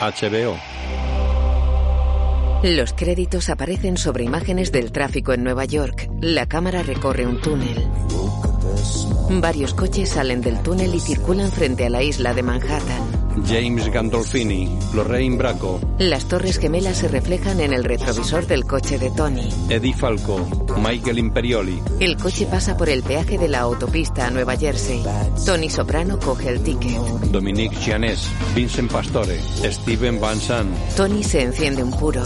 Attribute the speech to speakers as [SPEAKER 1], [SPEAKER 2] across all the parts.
[SPEAKER 1] HBO.
[SPEAKER 2] Los créditos aparecen sobre imágenes del tráfico en Nueva York. La cámara recorre un túnel. Varios coches salen del túnel y circulan frente a la isla de Manhattan.
[SPEAKER 1] James Gandolfini, Lorraine Bracco,
[SPEAKER 2] Las torres gemelas se reflejan en el retrovisor del coche de Tony.
[SPEAKER 1] Eddie Falco, Michael Imperioli.
[SPEAKER 2] El coche pasa por el peaje de la autopista a Nueva Jersey. Tony Soprano coge el ticket.
[SPEAKER 1] Dominique Gianès, Vincent Pastore, Steven Van Sant,
[SPEAKER 2] Tony se enciende un puro.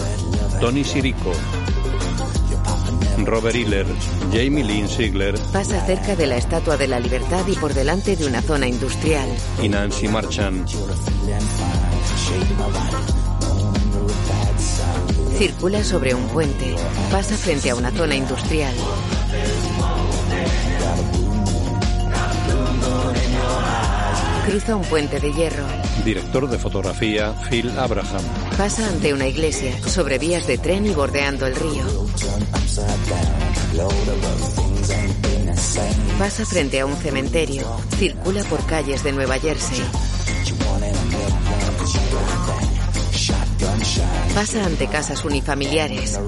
[SPEAKER 1] Tony Sirico, Robert Hiller, Jamie Lynn Sigler
[SPEAKER 2] Pasa cerca de la Estatua de la Libertad y por delante de una zona industrial.
[SPEAKER 1] y Nancy Marchand.
[SPEAKER 2] Circula sobre un puente. Pasa frente a una zona industrial. Cruza un puente de hierro.
[SPEAKER 1] Director de fotografía, Phil Abraham.
[SPEAKER 2] Pasa ante una iglesia, sobre vías de tren y bordeando el río. Pasa frente a un cementerio. Circula por calles de Nueva Jersey. Pasa ante casas unifamiliares.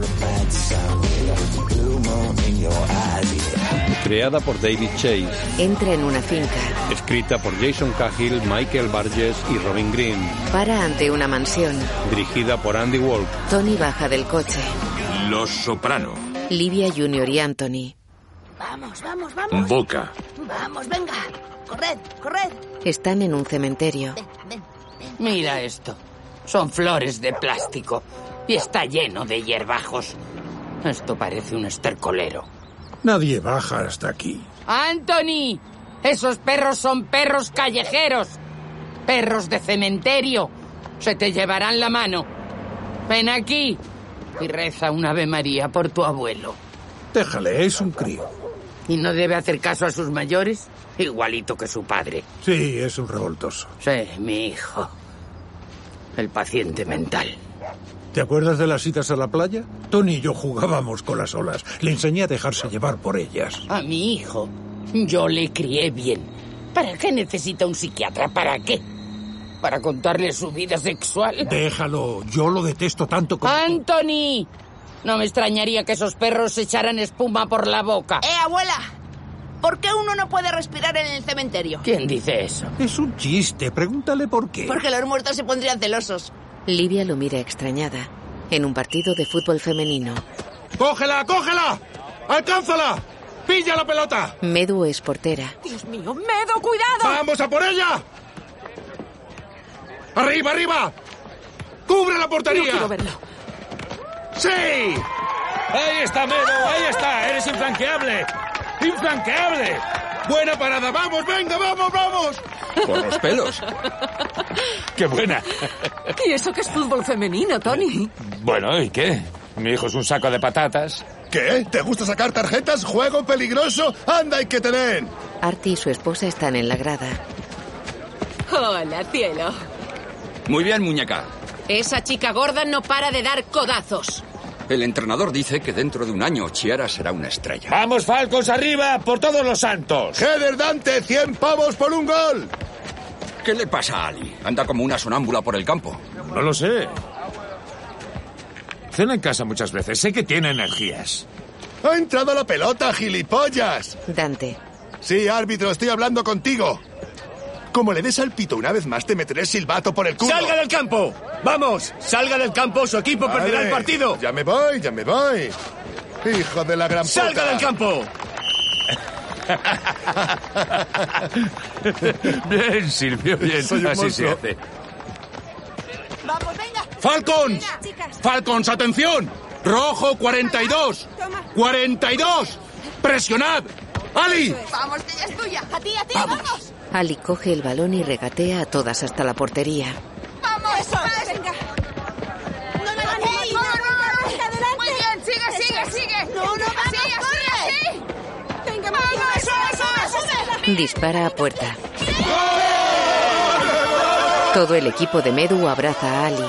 [SPEAKER 1] Creada por David Chase.
[SPEAKER 2] Entra en una finca.
[SPEAKER 1] Escrita por Jason Cahill, Michael Burgess y Robin Green.
[SPEAKER 2] Para ante una mansión.
[SPEAKER 1] Dirigida por Andy Walk.
[SPEAKER 2] Tony baja del coche.
[SPEAKER 3] Los Soprano.
[SPEAKER 2] Livia Junior y Anthony.
[SPEAKER 4] Vamos, vamos, vamos.
[SPEAKER 3] Boca.
[SPEAKER 4] Vamos, venga. Corred, corred.
[SPEAKER 2] Están en un cementerio.
[SPEAKER 5] Mira esto. Son flores de plástico y está lleno de hierbajos. Esto parece un estercolero.
[SPEAKER 6] Nadie baja hasta aquí.
[SPEAKER 5] ¡Anthony! Esos perros son perros callejeros. Perros de cementerio. Se te llevarán la mano. Ven aquí y reza un Ave María por tu abuelo.
[SPEAKER 6] Déjale, es un crío.
[SPEAKER 5] Y no debe hacer caso a sus mayores, igualito que su padre.
[SPEAKER 6] Sí, es un revoltoso.
[SPEAKER 5] Sí, mi hijo. El paciente mental.
[SPEAKER 6] ¿Te acuerdas de las idas a la playa? Tony y yo jugábamos con las olas. Le enseñé a dejarse llevar por ellas.
[SPEAKER 5] A mi hijo. Yo le crié bien. ¿Para qué necesita un psiquiatra? ¿Para qué? ¿Para contarle su vida sexual?
[SPEAKER 6] Déjalo, yo lo detesto tanto como... tú.
[SPEAKER 5] ¡Anthony! No me extrañaría que esos perros se echaran espuma por la boca.
[SPEAKER 4] Eh, abuela. ¿Por qué uno no puede respirar en el cementerio?
[SPEAKER 5] ¿Quién dice eso?
[SPEAKER 6] Es un chiste, pregúntale por qué.
[SPEAKER 4] Porque los muertos se pondrían celosos.
[SPEAKER 2] Livia lo mira extrañada. En un partido de fútbol femenino,
[SPEAKER 6] ¡Cógela, cógela! ¡Alcánzala! ¡Pilla la pelota!
[SPEAKER 2] Medu es portera.
[SPEAKER 4] Dios mío, Medo, cuidado.
[SPEAKER 6] ¡Vamos a por ella! ¡Arriba, arriba! ¡Cubre la portería! ¡Sí!
[SPEAKER 7] Ahí está, Medo, ahí está, eres inflanqueable. ¡Inflanqueable!
[SPEAKER 6] ¡Buena parada! ¡Vamos, venga, vamos, vamos!
[SPEAKER 3] Por los pelos.
[SPEAKER 7] ¡Qué buena!
[SPEAKER 8] Y eso que es fútbol femenino, Tony.
[SPEAKER 7] Bueno, ¿y qué? Mi hijo es un saco de patatas.
[SPEAKER 9] ¿Qué? ¿Te gusta sacar tarjetas? ¿Juego peligroso? ¡Anda y que te den!
[SPEAKER 2] Artie y su esposa están en la grada.
[SPEAKER 8] Hola, cielo.
[SPEAKER 3] Muy bien, muñeca.
[SPEAKER 8] Esa chica gorda no para de dar codazos.
[SPEAKER 3] El entrenador dice que dentro de un año Chiara será una estrella.
[SPEAKER 7] ¡Vamos, Falcons, arriba! ¡Por todos los santos!
[SPEAKER 9] ¡Heather Dante, 100 pavos por un gol!
[SPEAKER 3] ¿Qué le pasa a Ali? Anda como una sonámbula por el campo.
[SPEAKER 7] No lo sé. Cena en casa muchas veces. Sé que tiene energías.
[SPEAKER 9] ¡Ha entrado la pelota, gilipollas!
[SPEAKER 2] Dante.
[SPEAKER 9] Sí, árbitro, estoy hablando contigo. Como le des al pito una vez más, te meteré silbato por el culo.
[SPEAKER 7] ¡Salga del campo! ¡Vamos! ¡Salga del campo! ¡Su equipo
[SPEAKER 9] Vale,
[SPEAKER 7] perderá el partido!
[SPEAKER 9] Ya me voy, ya me voy. Hijo de la gran puta.
[SPEAKER 7] ¡Salga del campo! bien, Silvio, bien.
[SPEAKER 9] Soy un
[SPEAKER 7] Así eh. se
[SPEAKER 9] monstruo.
[SPEAKER 7] hace.
[SPEAKER 4] Vamos, venga.
[SPEAKER 7] ¡Falcons!
[SPEAKER 4] Venga, chicas.
[SPEAKER 7] ¡Falcons, atención! ¡Rojo 42! ¡42! ¡Presionad! ¡Ali!
[SPEAKER 4] Vamos, que ya es tuya. A ti, a ti,
[SPEAKER 7] Vamos.
[SPEAKER 4] vamos.
[SPEAKER 2] Ali coge el balón y regatea a todas hasta la portería.
[SPEAKER 4] Vamos. más. venga. No me dejéis. Vamos, vamos, adelante. Muy bien, sigue, sigue, sigue. No, no, vamos, sigue, sigue, sigue. Venga, vamos, sube, sube, sube.
[SPEAKER 2] Dispara a puerta. Todo el equipo de Medu abraza a Ali.
[SPEAKER 10] ¿eh?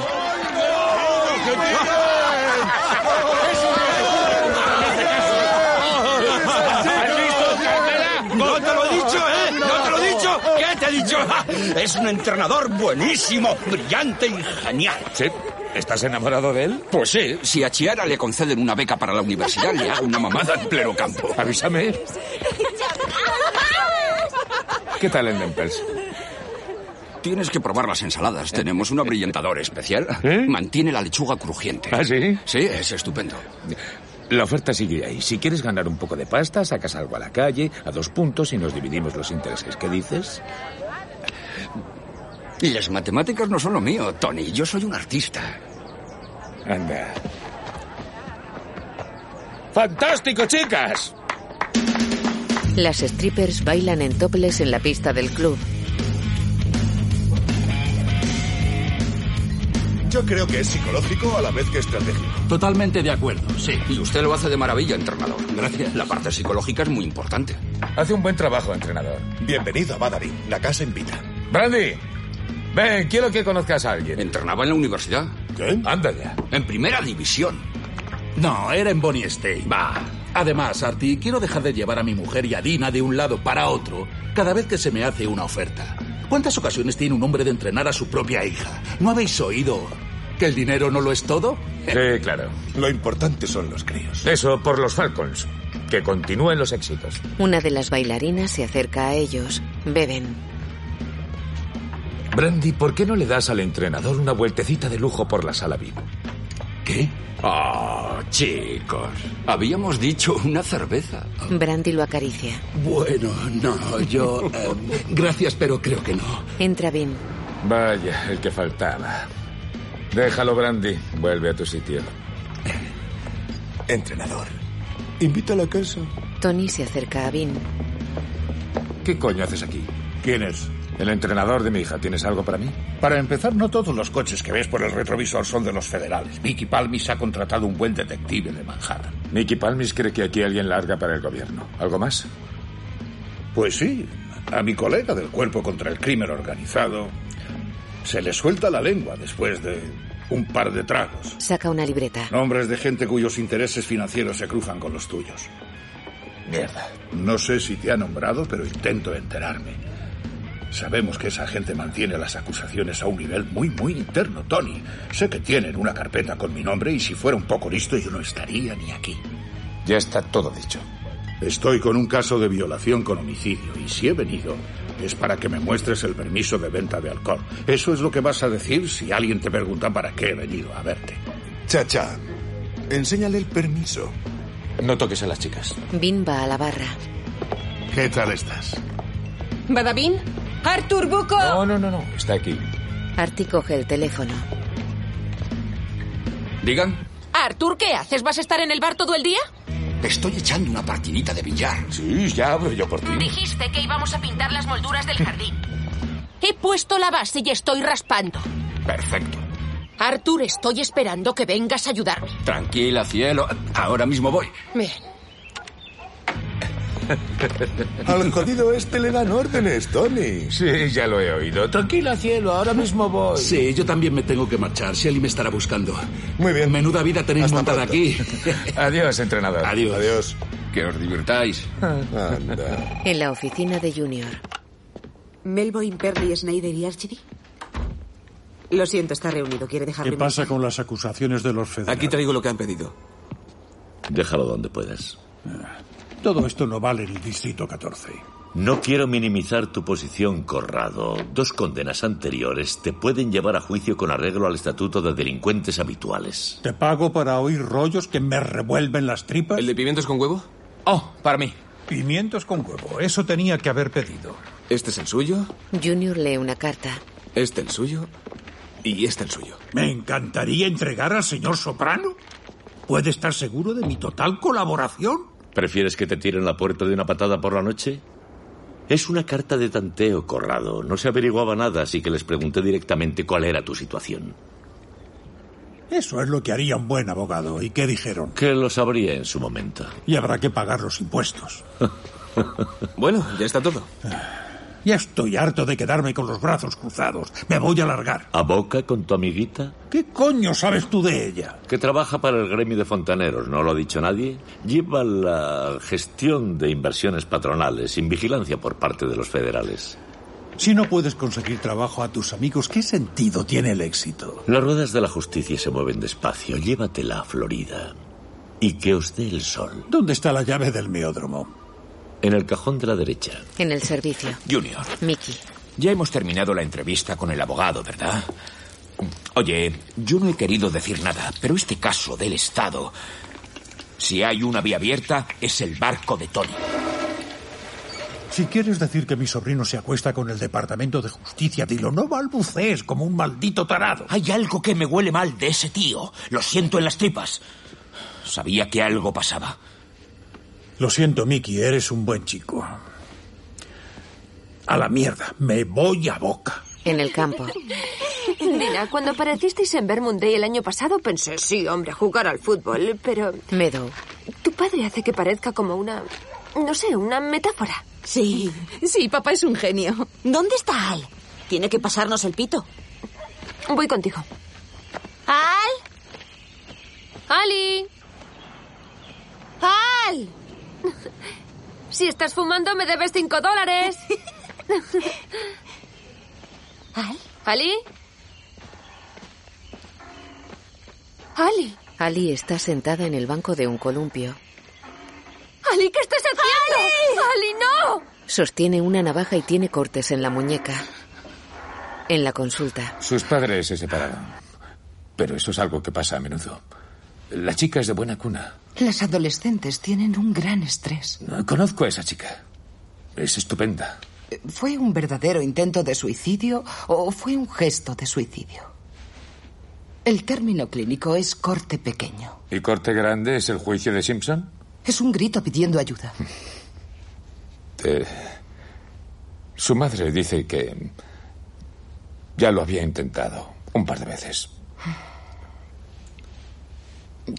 [SPEAKER 7] ¿Has visto? Carmela? ¡No te lo he dicho, eh! ¡No te lo he dicho! ¿Qué te he dicho?
[SPEAKER 3] Es un entrenador buenísimo, brillante y genial.
[SPEAKER 10] ¿Sí? ¿Estás enamorado de él?
[SPEAKER 3] Pues sí, si a Chiara le conceden una beca para la universidad, le hago una mamada en pleno campo.
[SPEAKER 10] Avísame. ¿Qué tal en Dempels?
[SPEAKER 3] Tienes que probar las ensaladas. Tenemos un abrillantador especial.
[SPEAKER 10] ¿Eh?
[SPEAKER 3] Mantiene la lechuga crujiente.
[SPEAKER 10] ¿Ah, sí?
[SPEAKER 3] Sí, es estupendo.
[SPEAKER 10] La oferta sigue ahí. Si quieres ganar un poco de pasta, sacas algo a la calle, a dos puntos y nos dividimos los intereses. ¿Qué dices?
[SPEAKER 3] Y las matemáticas no son lo mío, Tony. Yo soy un artista.
[SPEAKER 10] Anda. ¡Fantástico, chicas!
[SPEAKER 2] Las strippers bailan en toples en la pista del club.
[SPEAKER 9] Yo creo que es psicológico a la vez que estratégico.
[SPEAKER 7] Totalmente de acuerdo, sí.
[SPEAKER 3] Y usted lo hace de maravilla, entrenador. Gracias. La parte psicológica es muy importante.
[SPEAKER 10] Hace un buen trabajo, entrenador.
[SPEAKER 9] Bienvenido a Badari, la casa invita.
[SPEAKER 10] Brandy, ven, quiero que conozcas a alguien.
[SPEAKER 3] Entrenaba en la universidad,
[SPEAKER 9] ¿Qué?
[SPEAKER 10] Anda ya.
[SPEAKER 3] en primera división.
[SPEAKER 7] No, era en Bonnie State.
[SPEAKER 3] Va.
[SPEAKER 7] Además, Artie, quiero dejar de llevar a mi mujer y a Dina de un lado para otro cada vez que se me hace una oferta. ¿Cuántas ocasiones tiene un hombre de entrenar a su propia hija? ¿No habéis oído que el dinero no lo es todo?
[SPEAKER 10] Sí, claro.
[SPEAKER 9] Lo importante son los críos.
[SPEAKER 10] Eso por los Falcons. Que continúen los éxitos.
[SPEAKER 2] Una de las bailarinas se acerca a ellos. Beben.
[SPEAKER 10] Brandy, ¿por qué no le das al entrenador una vueltecita de lujo por la sala VIP?
[SPEAKER 7] ¿Qué?
[SPEAKER 3] Oh,
[SPEAKER 10] Ah,
[SPEAKER 3] chicos. Habíamos dicho una cerveza.
[SPEAKER 2] Brandy lo acaricia.
[SPEAKER 7] Bueno, no, yo... eh, gracias, pero creo que no.
[SPEAKER 2] Entra Vin.
[SPEAKER 10] Vaya, el que faltaba. Déjalo, Brandy. Vuelve a tu sitio.
[SPEAKER 9] Entrenador. Invita a la casa.
[SPEAKER 2] Tony se acerca a Vin.
[SPEAKER 10] ¿Qué coño haces aquí?
[SPEAKER 6] ¿Quién es?
[SPEAKER 10] El entrenador de mi hija. ¿Tienes algo para mí?
[SPEAKER 6] Para empezar, no todos los coches que ves por el retrovisor son de los federales. Vicky Palmis ha contratado un buen detective de Manhattan.
[SPEAKER 10] Nicky Palmis cree que aquí alguien larga para el gobierno. ¿Algo más?
[SPEAKER 6] Pues sí, a mi colega del Cuerpo contra el Crimen Organizado se le suelta la lengua después de un par de tragos.
[SPEAKER 2] Saca una libreta.
[SPEAKER 6] Nombres de gente cuyos intereses financieros se cruzan con los tuyos. Mierda. No sé si te ha nombrado, pero intento enterarme. Sabemos que esa gente mantiene las acusaciones a un nivel muy, muy interno, Tony. Sé que tienen una carpeta con mi nombre y si fuera un poco listo yo no estaría ni aquí.
[SPEAKER 10] Ya está todo dicho.
[SPEAKER 6] Estoy con un caso de violación con homicidio y si he venido es para que me muestres el permiso de venta de alcohol. Eso es lo que vas a decir si alguien te pregunta para qué he venido a verte.
[SPEAKER 9] Chacha, enséñale el permiso.
[SPEAKER 10] No toques a las chicas.
[SPEAKER 2] Vin va a la barra.
[SPEAKER 9] ¿Qué tal estás?
[SPEAKER 8] ¿Badabin? ¡Artur Buco!
[SPEAKER 10] No, no, no, no. Está aquí.
[SPEAKER 2] Artie coge el teléfono.
[SPEAKER 3] Digan,
[SPEAKER 8] Artur, ¿qué haces? ¿Vas a estar en el bar todo el día?
[SPEAKER 3] estoy echando una partidita de billar.
[SPEAKER 10] Sí, ya abro yo por ti.
[SPEAKER 8] Dijiste que íbamos a pintar las molduras del jardín. He puesto la base y estoy raspando.
[SPEAKER 3] Perfecto.
[SPEAKER 8] Artur, estoy esperando que vengas a ayudarme.
[SPEAKER 3] Tranquila, cielo. Ahora mismo voy.
[SPEAKER 8] Bien.
[SPEAKER 9] Al jodido este le dan órdenes, Tony.
[SPEAKER 10] Sí, ya lo he oído. Tranquila, cielo. Ahora mismo voy.
[SPEAKER 7] Sí, yo también me tengo que marchar. Shelly me estará buscando.
[SPEAKER 9] Muy bien.
[SPEAKER 7] Menuda vida tenéis
[SPEAKER 9] Hasta
[SPEAKER 7] montada
[SPEAKER 9] pronto.
[SPEAKER 7] aquí.
[SPEAKER 10] Adiós, entrenador.
[SPEAKER 7] Adiós.
[SPEAKER 9] Adiós.
[SPEAKER 3] Que os divirtáis.
[SPEAKER 10] Ah.
[SPEAKER 9] Anda.
[SPEAKER 2] En la oficina de Junior.
[SPEAKER 11] Melbourne, Perry, Snyder y Archie. Lo siento, está reunido. ¿Quiere dejarme?
[SPEAKER 4] ¿Qué pasa con las acusaciones de los federales?
[SPEAKER 7] Aquí traigo lo que han pedido.
[SPEAKER 12] Déjalo donde puedas.
[SPEAKER 4] Todo esto no vale en el Distrito 14.
[SPEAKER 12] No quiero minimizar tu posición, Corrado. Dos condenas anteriores te pueden llevar a juicio con arreglo al Estatuto de Delincuentes Habituales.
[SPEAKER 4] ¿Te pago para oír rollos que me revuelven las tripas?
[SPEAKER 7] de pimientos con huevo? Oh, para mí.
[SPEAKER 4] Pimientos con huevo. Eso tenía que haber pedido.
[SPEAKER 7] Este es el suyo,
[SPEAKER 2] Junior lee una carta.
[SPEAKER 7] este el suyo y este el suyo.
[SPEAKER 4] Me encantaría entregar al señor Soprano. ¿Puede estar seguro de mi total colaboración?
[SPEAKER 12] ¿Prefieres que te tiren la puerta de una patada por la noche? Es una carta de tanteo, Corrado. No se averiguaba nada, así que les pregunté directamente cuál era tu situación.
[SPEAKER 4] Eso es lo que haría un buen abogado. ¿Y qué dijeron?
[SPEAKER 12] Que lo sabría en su momento.
[SPEAKER 4] Y habrá que pagar los impuestos.
[SPEAKER 7] Bueno, ya está todo.
[SPEAKER 4] Ya estoy harto de quedarme con los brazos cruzados. Me voy a largar.
[SPEAKER 12] ¿A boca con tu amiguita?
[SPEAKER 4] ¿Qué coño sabes tú de ella?
[SPEAKER 12] Que trabaja para el gremio de fontaneros, ¿no lo ha dicho nadie? Lleva la gestión de inversiones patronales sin vigilancia por parte de los federales.
[SPEAKER 6] Si no puedes conseguir trabajo a tus amigos, ¿qué sentido tiene el éxito?
[SPEAKER 12] Las ruedas de la justicia se mueven despacio. Llévatela a Florida. Y que os dé el sol.
[SPEAKER 6] ¿Dónde está la llave del meódromo?
[SPEAKER 12] En el cajón de la derecha.
[SPEAKER 2] En el servicio.
[SPEAKER 13] Junior,
[SPEAKER 2] Mickey.
[SPEAKER 13] ya hemos terminado la entrevista con el abogado, ¿verdad? Oye, yo no he querido decir nada, pero este caso del Estado, si hay una vía abierta, es el barco de Tony.
[SPEAKER 6] Si quieres decir que mi sobrino se acuesta con el Departamento de Justicia, dilo, no balbucees como un maldito tarado.
[SPEAKER 13] Hay algo que me huele mal de ese tío. Lo siento en las tripas. Sabía que algo pasaba.
[SPEAKER 6] Lo siento, Mickey, eres un buen chico. A la mierda, me voy a boca.
[SPEAKER 2] En el campo.
[SPEAKER 14] Dina, cuando aparecisteis en Vermont Day el año pasado pensé, sí, hombre, jugar al fútbol, pero
[SPEAKER 2] Meadow.
[SPEAKER 14] tu padre hace que parezca como una, no sé, una metáfora.
[SPEAKER 15] Sí, sí, papá es un genio. ¿Dónde está Al? Tiene que pasarnos el pito.
[SPEAKER 14] Voy contigo.
[SPEAKER 16] ¡Al! ¡Ali!
[SPEAKER 14] ¡Al! Si estás fumando, me debes cinco dólares. ¿Al? ¿Ali?
[SPEAKER 2] Ali. Ali está sentada en el banco de un columpio.
[SPEAKER 14] ¡Ali, qué estás haciendo! ¡Ali, no!
[SPEAKER 2] Sostiene una navaja y tiene cortes en la muñeca. En la consulta.
[SPEAKER 10] Sus padres se separaron. Pero eso es algo que pasa a menudo. La chica es de buena cuna.
[SPEAKER 17] Las adolescentes tienen un gran estrés.
[SPEAKER 10] Conozco a esa chica. Es estupenda.
[SPEAKER 17] ¿Fue un verdadero intento de suicidio o fue un gesto de suicidio? El término clínico es corte pequeño.
[SPEAKER 10] ¿Y corte grande es el juicio de Simpson?
[SPEAKER 17] Es un grito pidiendo ayuda.
[SPEAKER 10] Eh, su madre dice que ya lo había intentado un par de veces.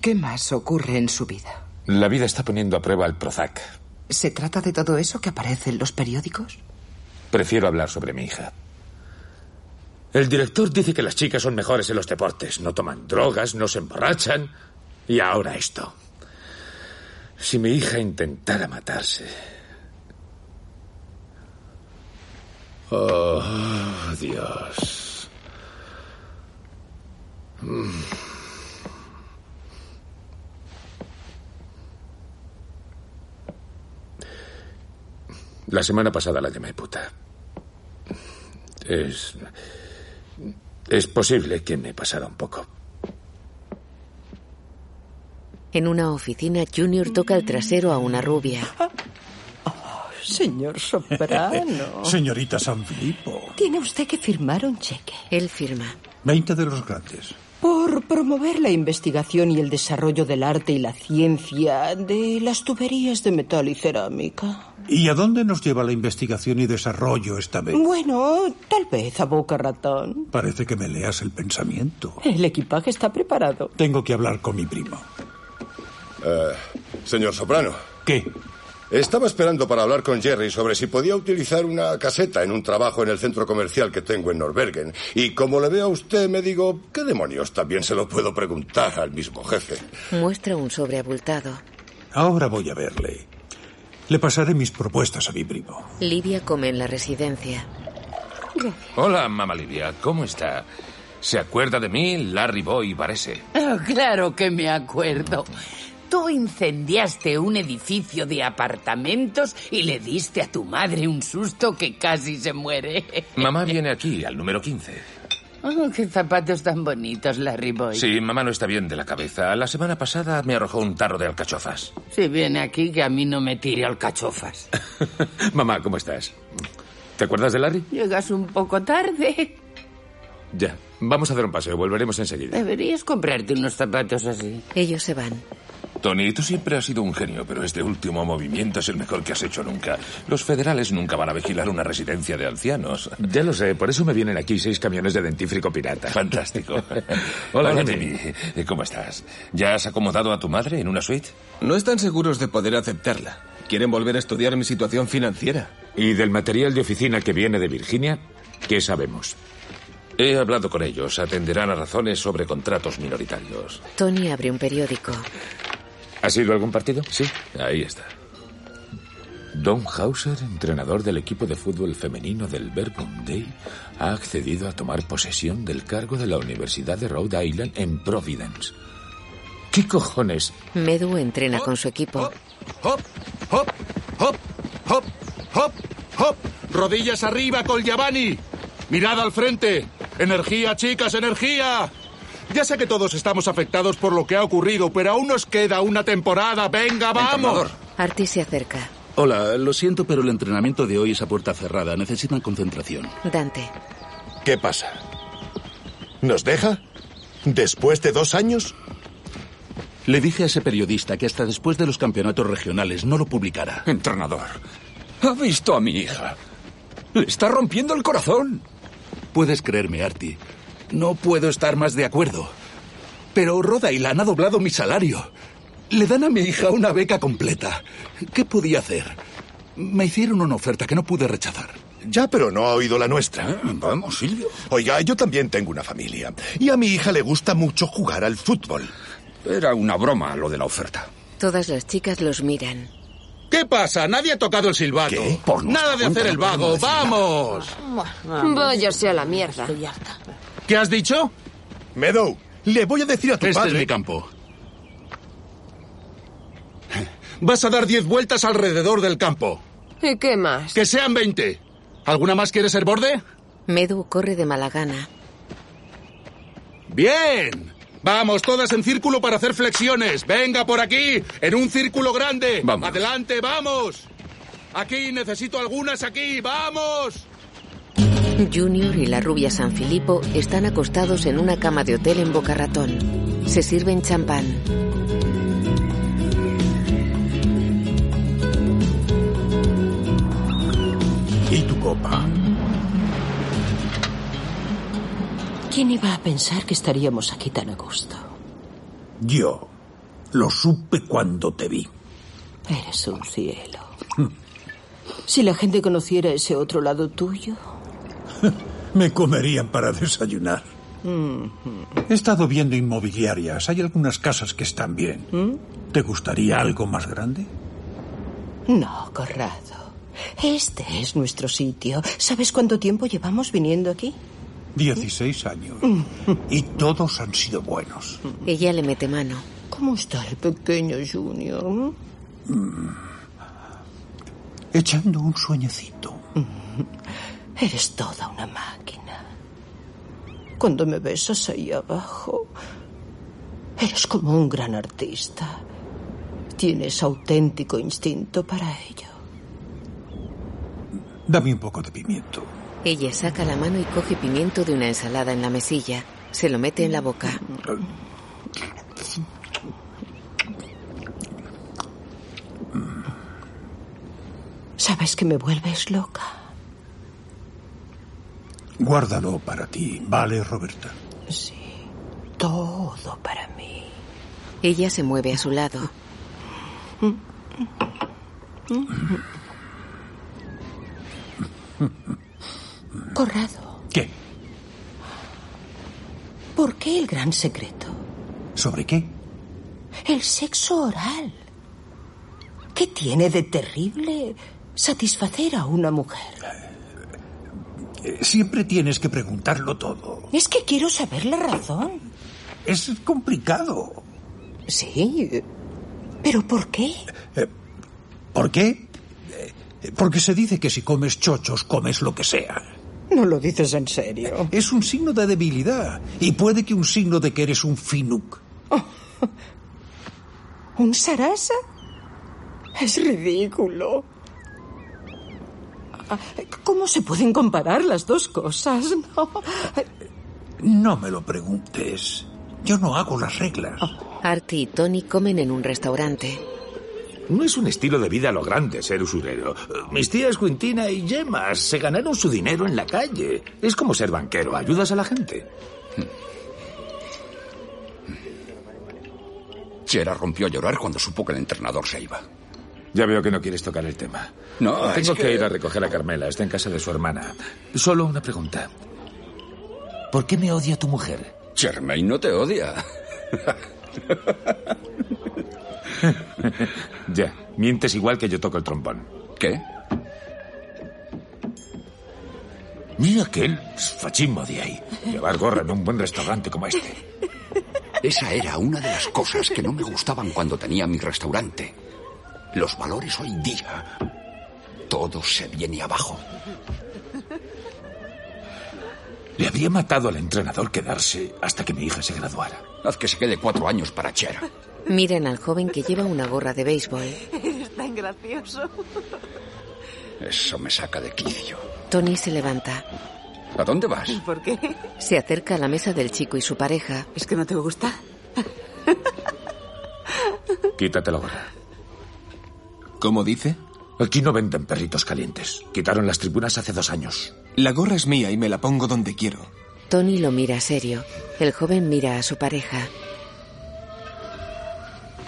[SPEAKER 17] ¿Qué más ocurre en su vida?
[SPEAKER 10] La vida está poniendo a prueba el Prozac.
[SPEAKER 17] ¿Se trata de todo eso que aparece en los periódicos?
[SPEAKER 10] Prefiero hablar sobre mi hija. El director dice que las chicas son mejores en los deportes. No toman drogas, no se emborrachan. Y ahora esto. Si mi hija intentara matarse. Oh, Dios. Mm. La semana pasada la llamé puta. Es. Es posible que me pasara un poco.
[SPEAKER 2] En una oficina, Junior toca el trasero a una rubia.
[SPEAKER 18] Señor Soprano.
[SPEAKER 6] Eh, Señorita San Filippo,
[SPEAKER 18] Tiene usted que firmar un cheque.
[SPEAKER 2] Él firma.
[SPEAKER 6] 20 de los grandes.
[SPEAKER 18] Por promover la investigación y el desarrollo del arte y la ciencia de las tuberías de metal y cerámica.
[SPEAKER 6] ¿Y a dónde nos lleva la investigación y desarrollo esta vez?
[SPEAKER 18] Bueno, tal vez a boca ratón.
[SPEAKER 6] Parece que me leas el pensamiento.
[SPEAKER 18] El equipaje está preparado.
[SPEAKER 6] Tengo que hablar con mi primo.
[SPEAKER 9] Eh, señor Soprano.
[SPEAKER 6] ¿Qué?
[SPEAKER 9] Estaba esperando para hablar con Jerry sobre si podía utilizar una caseta en un trabajo en el centro comercial que tengo en Norbergen. Y como le veo a usted, me digo, ¿qué demonios? También se lo puedo preguntar al mismo jefe.
[SPEAKER 2] Muestra un sobreabultado.
[SPEAKER 6] Ahora voy a verle. Le pasaré mis propuestas a mi primo.
[SPEAKER 2] Livia come en la residencia.
[SPEAKER 10] Hola, mamá Livia. ¿Cómo está? ¿Se acuerda de mí, Larry Boy Varese?
[SPEAKER 5] Ah, claro que me acuerdo. Tú incendiaste un edificio de apartamentos y le diste a tu madre un susto que casi se muere.
[SPEAKER 10] Mamá viene aquí, al número 15.
[SPEAKER 5] Oh, qué zapatos tan bonitos, Larry Boy.
[SPEAKER 10] Sí, mamá no está bien de la cabeza. La semana pasada me arrojó un tarro de alcachofas.
[SPEAKER 5] Si viene aquí, que a mí no me tire alcachofas.
[SPEAKER 10] Mamá, ¿cómo estás? ¿Te acuerdas de Larry?
[SPEAKER 5] Llegas un poco tarde.
[SPEAKER 10] Ya. Vamos a dar un paseo, volveremos enseguida.
[SPEAKER 5] Deberías comprarte unos zapatos así.
[SPEAKER 2] Ellos se van.
[SPEAKER 10] Tony, tú siempre has sido un genio, pero este último movimiento es el mejor que has hecho nunca. Los federales nunca van a vigilar una residencia de ancianos. Ya lo sé, por eso me vienen aquí seis camiones de dentífrico pirata. Fantástico. Hola,
[SPEAKER 19] Hola,
[SPEAKER 10] Jimmy. ¿Cómo estás? ¿Ya has acomodado a tu madre en una suite?
[SPEAKER 19] No están seguros de poder aceptarla. Quieren volver a estudiar mi situación financiera.
[SPEAKER 10] ¿Y del material de oficina que viene de Virginia? ¿Qué sabemos? He hablado con ellos. Atenderán a razones sobre contratos minoritarios.
[SPEAKER 2] Tony abre un periódico.
[SPEAKER 10] ¿Ha sido algún partido? Sí, ahí está. Don Hauser, entrenador del equipo de fútbol femenino del Day, ha accedido a tomar posesión del cargo de la Universidad de Rhode Island en Providence. ¿Qué cojones?
[SPEAKER 2] Medu entrena con su equipo.
[SPEAKER 7] Hop, hop, hop, hop, hop, hop. Rodillas arriba, Colyabani. Mirad al frente. Energía, chicas, energía. Ya sé que todos estamos afectados por lo que ha ocurrido, pero aún nos queda una temporada. Venga, vamos.
[SPEAKER 2] Artis se acerca.
[SPEAKER 20] Hola, lo siento, pero el entrenamiento de hoy es a puerta cerrada. Necesitan concentración.
[SPEAKER 2] Dante.
[SPEAKER 9] ¿Qué pasa? ¿Nos deja? ¿Después de dos años?
[SPEAKER 20] Le dije a ese periodista que hasta después de los campeonatos regionales no lo publicara.
[SPEAKER 21] Entrenador, ha visto a mi hija. Le está rompiendo el corazón.
[SPEAKER 20] Puedes creerme, Arti. No puedo estar más de acuerdo. Pero Roda y Lana ha doblado mi salario. Le dan a mi hija una beca completa. ¿Qué podía hacer? Me hicieron una oferta que no pude rechazar.
[SPEAKER 9] Ya, pero no ha oído la nuestra. vamos, Silvio. Oiga, yo también tengo una familia. Y a mi hija le gusta mucho jugar al fútbol.
[SPEAKER 3] Era una broma lo de la oferta.
[SPEAKER 2] Todas las chicas los miran.
[SPEAKER 7] ¿Qué pasa? Nadie ha tocado el silbato. Nada de hacer el vago. ¡Vamos!
[SPEAKER 14] Váyase a la mierda.
[SPEAKER 7] ¿Qué has dicho?
[SPEAKER 9] Meadow, le voy a decir a tu
[SPEAKER 7] Este
[SPEAKER 9] padre.
[SPEAKER 7] es mi
[SPEAKER 20] campo.
[SPEAKER 7] Vas a dar diez vueltas alrededor del campo.
[SPEAKER 14] ¿Y qué más?
[SPEAKER 7] Que sean veinte. ¿Alguna más quiere ser borde?
[SPEAKER 2] Medu corre de mala gana.
[SPEAKER 7] Bien. Vamos, todas en círculo para hacer flexiones. Venga por aquí, en un círculo grande.
[SPEAKER 21] Vamos.
[SPEAKER 7] Adelante, vamos. Aquí necesito algunas aquí, vamos.
[SPEAKER 2] Junior y la rubia San Filipo están acostados en una cama de hotel en Boca Ratón. Se sirven champán.
[SPEAKER 20] ¿Y tu copa?
[SPEAKER 18] ¿Quién iba a pensar que estaríamos aquí tan a gusto?
[SPEAKER 22] Yo lo supe cuando te vi.
[SPEAKER 18] Eres un cielo. Si la gente conociera ese otro lado tuyo.
[SPEAKER 6] Me comerían para desayunar.
[SPEAKER 18] Mm-hmm.
[SPEAKER 6] He estado viendo inmobiliarias. Hay algunas casas que están bien. ¿Te gustaría algo más grande?
[SPEAKER 18] No, Corrado. Este es nuestro sitio. ¿Sabes cuánto tiempo llevamos viniendo aquí? Mm,
[SPEAKER 6] 16 años. Y todos han sido buenos.
[SPEAKER 2] Ella le mete mano.
[SPEAKER 18] ¿Cómo está el pequeño Junior?
[SPEAKER 6] Mm, Echando un sueñecito.
[SPEAKER 18] Eres toda una máquina. Cuando me besas ahí abajo, eres como un gran artista. Tienes auténtico instinto para ello.
[SPEAKER 6] Dame un poco de pimiento.
[SPEAKER 2] Ella saca la mano y coge pimiento de una ensalada en la mesilla. Se lo mete en la boca.
[SPEAKER 18] ¿Sabes que me vuelves loca?
[SPEAKER 6] Guárdalo para ti, ¿vale, Roberta?
[SPEAKER 18] Todo para mí.
[SPEAKER 2] Ella se mueve a su lado.
[SPEAKER 18] Corrado.
[SPEAKER 6] ¿Qué?
[SPEAKER 18] ¿Por qué el gran secreto?
[SPEAKER 6] ¿Sobre qué?
[SPEAKER 18] El sexo oral. ¿Qué tiene de terrible satisfacer a una mujer?
[SPEAKER 6] Eh, Siempre tienes que preguntarlo todo.
[SPEAKER 18] Es que quiero saber la razón.
[SPEAKER 6] Es complicado.
[SPEAKER 18] Sí. ¿Pero por qué?
[SPEAKER 6] Eh, ¿Por qué? Eh, Porque se dice que si comes chochos, comes lo que sea.
[SPEAKER 18] No lo dices en serio.
[SPEAKER 6] Es un signo de debilidad. Y puede que un signo de que eres un finuk.
[SPEAKER 18] ¿Un sarasa? Es ridículo. Ah, ¿Cómo se pueden comparar las dos cosas? No.
[SPEAKER 6] No me lo preguntes. Yo no hago las reglas.
[SPEAKER 2] Oh. Artie y Tony comen en un restaurante.
[SPEAKER 23] No es un estilo de vida a lo grande ser usurero. Mis tías Quintina y Yemas se ganaron su dinero en la calle. Es como ser banquero, ayudas a la gente.
[SPEAKER 3] Chera rompió a llorar cuando supo que el entrenador se iba.
[SPEAKER 10] Ya veo que no quieres tocar el tema.
[SPEAKER 3] No, es
[SPEAKER 10] tengo que... ir a recoger a Carmela. Está en casa de su hermana. Solo una pregunta. ¿Por qué me odia tu mujer?
[SPEAKER 3] Germain no te odia.
[SPEAKER 10] ya, mientes igual que yo toco el trombón.
[SPEAKER 24] ¿Qué?
[SPEAKER 10] Mira aquel fascismo de ahí. Llevar gorra en un buen restaurante como este.
[SPEAKER 3] Esa era una de las cosas que no me gustaban cuando tenía mi restaurante. Los valores hoy día. Todo se viene abajo.
[SPEAKER 10] Le habría matado al entrenador quedarse hasta que mi hija se graduara.
[SPEAKER 3] Haz que se quede cuatro años para Chera.
[SPEAKER 2] Miren al joven que lleva una gorra de béisbol.
[SPEAKER 15] Eres tan gracioso.
[SPEAKER 3] Eso me saca de quicio.
[SPEAKER 2] Tony se levanta.
[SPEAKER 3] ¿A dónde vas?
[SPEAKER 15] ¿Por qué?
[SPEAKER 2] Se acerca a la mesa del chico y su pareja.
[SPEAKER 15] ¿Es que no te gusta?
[SPEAKER 10] Quítatelo ahora.
[SPEAKER 25] ¿Cómo dice?
[SPEAKER 10] Aquí no venden perritos calientes. Quitaron las tribunas hace dos años.
[SPEAKER 7] La gorra es mía y me la pongo donde quiero.
[SPEAKER 2] Tony lo mira serio. El joven mira a su pareja.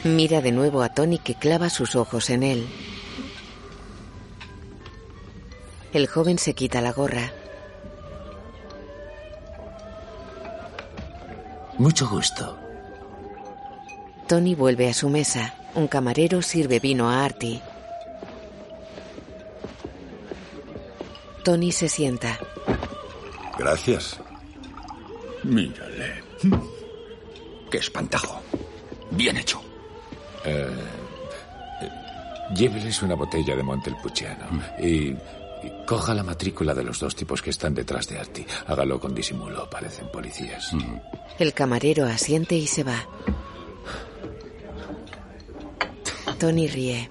[SPEAKER 2] Mira de nuevo a Tony que clava sus ojos en él. El joven se quita la gorra.
[SPEAKER 10] Mucho gusto.
[SPEAKER 2] Tony vuelve a su mesa. Un camarero sirve vino a Artie. Tony se sienta.
[SPEAKER 26] Gracias.
[SPEAKER 3] Mírale. Qué espantajo. Bien hecho.
[SPEAKER 10] Eh, eh, lléveles una botella de Montelpucciano
[SPEAKER 3] Mm.
[SPEAKER 10] y, y coja la matrícula de los dos tipos que están detrás de Arti. Hágalo con disimulo, parecen policías.
[SPEAKER 3] Mm.
[SPEAKER 2] El camarero asiente y se va. Tony ríe.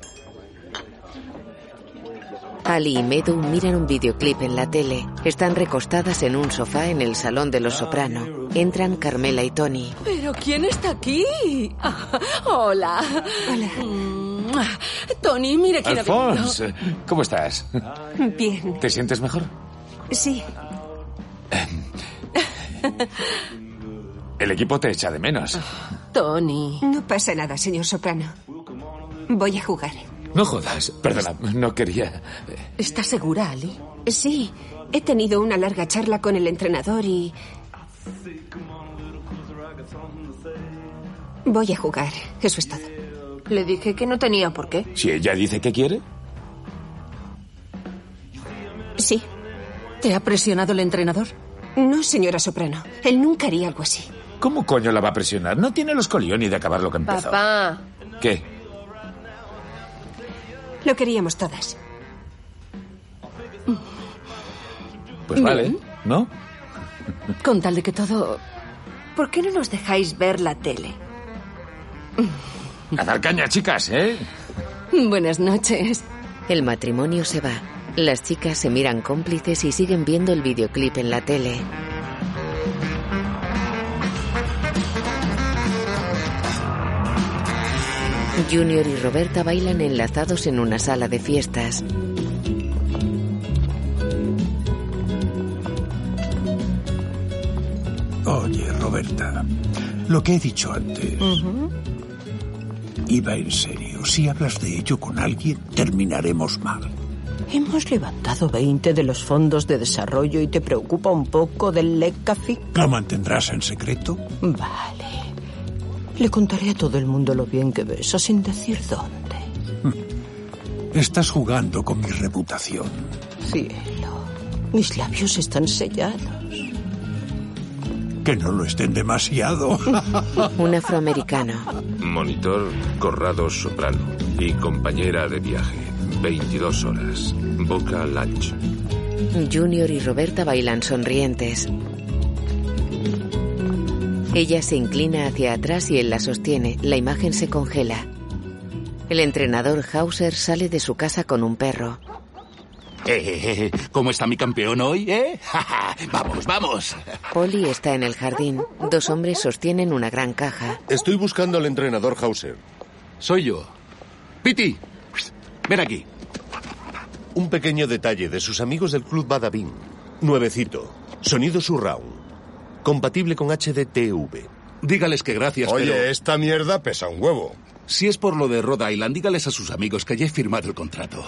[SPEAKER 2] Ali y Medu miran un videoclip en la tele. Están recostadas en un sofá en el salón de los soprano. Entran Carmela y Tony.
[SPEAKER 15] ¿Pero quién está aquí? Ah, hola. Hola. Tony, mira quién ha
[SPEAKER 10] Alphonse, eh, ¿cómo estás?
[SPEAKER 15] venido. Bien.
[SPEAKER 10] ¿Te sientes mejor?
[SPEAKER 15] Sí.
[SPEAKER 10] El equipo te echa de menos.
[SPEAKER 15] Tony.
[SPEAKER 14] No pasa nada, señor Soprano. Voy a jugar.
[SPEAKER 10] No jodas. Perdona, no quería.
[SPEAKER 14] ¿Estás segura, Ali? Sí. He tenido una larga charla con el entrenador y... Voy a jugar. Eso es todo.
[SPEAKER 15] Le dije que no tenía por qué.
[SPEAKER 10] Si ella dice que quiere.
[SPEAKER 14] Sí.
[SPEAKER 15] ¿Te ha presionado el entrenador?
[SPEAKER 14] No, señora Soprano. Él nunca haría algo así.
[SPEAKER 10] ¿Cómo coño la va a presionar? No tiene los coliones de acabar lo que empezó.
[SPEAKER 15] Papá.
[SPEAKER 10] ¿Qué?
[SPEAKER 14] Lo queríamos todas.
[SPEAKER 10] Pues vale,
[SPEAKER 15] Bien.
[SPEAKER 10] ¿no?
[SPEAKER 15] Con tal de que todo...
[SPEAKER 14] ¿Por qué no nos dejáis ver la tele?
[SPEAKER 10] A dar caña, chicas, ¿eh?
[SPEAKER 2] Buenas noches. El matrimonio se va. Las chicas se miran cómplices y siguen viendo el videoclip en la tele. Junior y Roberta bailan enlazados en una sala de fiestas.
[SPEAKER 6] Oye, Roberta, lo que he dicho antes iba en serio. Si hablas de ello con alguien, terminaremos mal.
[SPEAKER 18] Hemos levantado 20 de los fondos de desarrollo y te preocupa un poco del LECAFI.
[SPEAKER 6] ¿Lo mantendrás en secreto?
[SPEAKER 18] Vale. Le contaré a todo el mundo lo bien que besa sin decir dónde.
[SPEAKER 6] Estás jugando con mi reputación.
[SPEAKER 18] Cielo. Mis labios están sellados.
[SPEAKER 6] Que no lo estén demasiado.
[SPEAKER 2] Un afroamericano.
[SPEAKER 27] Monitor Corrado Soprano y compañera de viaje. 22 horas. Boca Lunch.
[SPEAKER 2] Junior y Roberta bailan sonrientes. Ella se inclina hacia atrás y él la sostiene. La imagen se congela. El entrenador Hauser sale de su casa con un perro.
[SPEAKER 7] Eh, eh, eh, ¿Cómo está mi campeón hoy, eh? Ja, ja, vamos, vamos.
[SPEAKER 2] Polly está en el jardín. Dos hombres sostienen una gran caja.
[SPEAKER 26] Estoy buscando al entrenador Hauser.
[SPEAKER 7] Soy yo. Piti, ven aquí.
[SPEAKER 26] Un pequeño detalle de sus amigos del club Badabin. Nuevecito. Sonido surround. Compatible con HDTV.
[SPEAKER 7] Dígales que gracias,
[SPEAKER 26] Oye,
[SPEAKER 7] pero-
[SPEAKER 26] esta mierda pesa un huevo.
[SPEAKER 7] Si es por lo de Rhode Island, dígales a sus amigos que ya he firmado el contrato.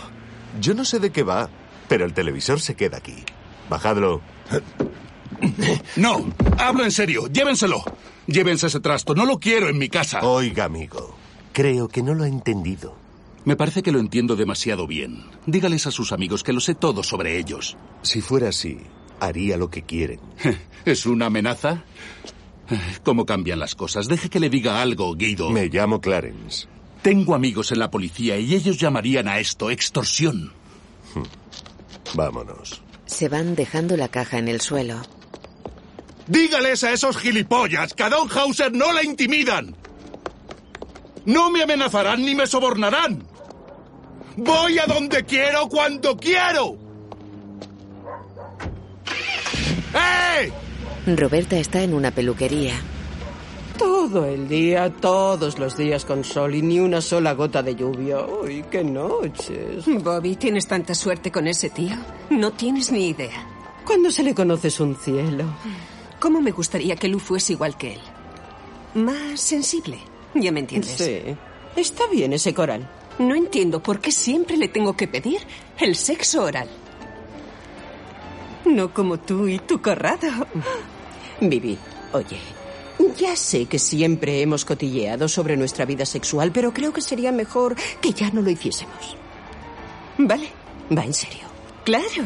[SPEAKER 9] Yo no sé de qué va, pero el televisor se queda aquí. Bajadlo.
[SPEAKER 7] No, hablo en serio. Llévenselo. Llévense ese trasto. No lo quiero en mi casa.
[SPEAKER 9] Oiga, amigo, creo que no lo ha entendido.
[SPEAKER 7] Me parece que lo entiendo demasiado bien. Dígales a sus amigos que lo sé todo sobre ellos.
[SPEAKER 28] Si fuera así, haría lo que quieren.
[SPEAKER 7] ¿Es una amenaza? ¿Cómo cambian las cosas? Deje que le diga algo, Guido.
[SPEAKER 28] Me llamo Clarence.
[SPEAKER 7] Tengo amigos en la policía y ellos llamarían a esto extorsión.
[SPEAKER 28] Hm. Vámonos.
[SPEAKER 2] Se van dejando la caja en el suelo.
[SPEAKER 29] Dígales a esos gilipollas que a Don Hauser no la intimidan. No me amenazarán ni me sobornarán. Voy a donde quiero cuando quiero. ¡Eh!
[SPEAKER 2] Roberta está en una peluquería.
[SPEAKER 18] Todo el día, todos los días con sol y ni una sola gota de lluvia. Uy, qué noches.
[SPEAKER 4] Bobby, tienes tanta suerte con ese tío. No tienes ni idea.
[SPEAKER 18] Cuando se le conoce es un cielo.
[SPEAKER 4] ¿Cómo me gustaría que Lu fuese igual que él? Más sensible. Ya me entiendes.
[SPEAKER 18] Sí. Está bien ese coral.
[SPEAKER 4] No entiendo por qué siempre le tengo que pedir el sexo oral. No como tú y tu corrado.
[SPEAKER 18] Vivi, oye. Ya sé que siempre hemos cotilleado sobre nuestra vida sexual, pero creo que sería mejor que ya no lo hiciésemos.
[SPEAKER 4] ¿Vale?
[SPEAKER 18] Va en serio.
[SPEAKER 4] Claro.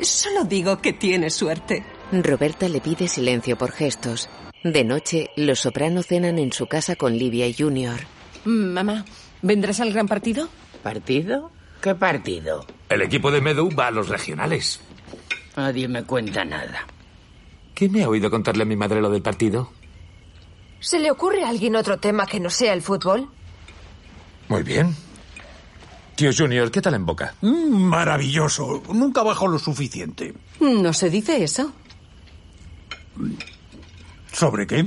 [SPEAKER 4] Solo digo que tienes suerte.
[SPEAKER 2] Roberta le pide silencio por gestos. De noche, los soprano cenan en su casa con Livia y Junior.
[SPEAKER 30] Mm, Mamá, ¿vendrás al gran partido?
[SPEAKER 5] ¿Partido? ¿Qué partido?
[SPEAKER 10] El equipo de Medu va a los regionales.
[SPEAKER 5] Nadie me cuenta nada.
[SPEAKER 10] ¿Quién me ha oído contarle a mi madre lo del partido?
[SPEAKER 14] ¿Se le ocurre a alguien otro tema que no sea el fútbol?
[SPEAKER 10] Muy bien. Tío Junior, ¿qué tal en boca?
[SPEAKER 6] Mm, maravilloso. Nunca bajo lo suficiente.
[SPEAKER 14] No se dice eso.
[SPEAKER 6] ¿Sobre qué?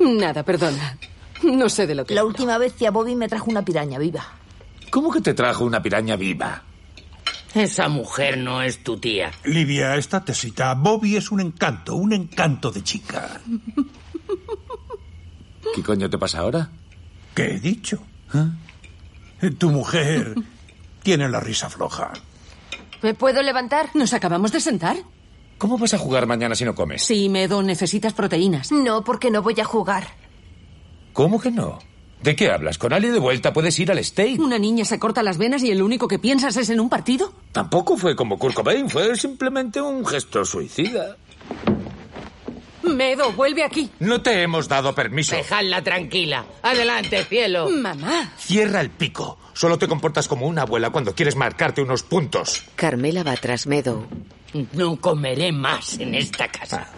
[SPEAKER 14] Nada, perdona. No sé de lo que.
[SPEAKER 15] La hablo. última vez que a Bobby me trajo una piraña viva.
[SPEAKER 10] ¿Cómo que te trajo una piraña viva?
[SPEAKER 5] Esa mujer no es tu tía.
[SPEAKER 6] Livia, esta tesita. Bobby es un encanto, un encanto de chica.
[SPEAKER 10] ¿Qué coño te pasa ahora? ¿Ah?
[SPEAKER 6] ¿Qué he dicho? ¿Eh? Tu mujer tiene la risa floja.
[SPEAKER 14] ¿Me puedo levantar?
[SPEAKER 15] ¿Nos acabamos de sentar?
[SPEAKER 10] ¿Cómo vas a jugar mañana si no comes?
[SPEAKER 15] Sí, Medo, necesitas proteínas.
[SPEAKER 14] No, porque no voy a jugar.
[SPEAKER 10] ¿Cómo que no? ¿De qué hablas? Con Ali de vuelta puedes ir al este? steak.
[SPEAKER 15] ¿Una niña se corta las venas y el único que piensas es en un partido?
[SPEAKER 10] Tampoco fue como Kurt Cobain, fue simplemente un gesto suicida.
[SPEAKER 14] Medo, vuelve aquí.
[SPEAKER 10] No te hemos dado permiso.
[SPEAKER 5] Dejadla tranquila. Adelante, cielo.
[SPEAKER 14] Mamá.
[SPEAKER 10] Cierra el pico. Solo te comportas como una abuela cuando quieres marcarte unos puntos.
[SPEAKER 2] Carmela va tras Medo.
[SPEAKER 5] No comeré más en esta casa.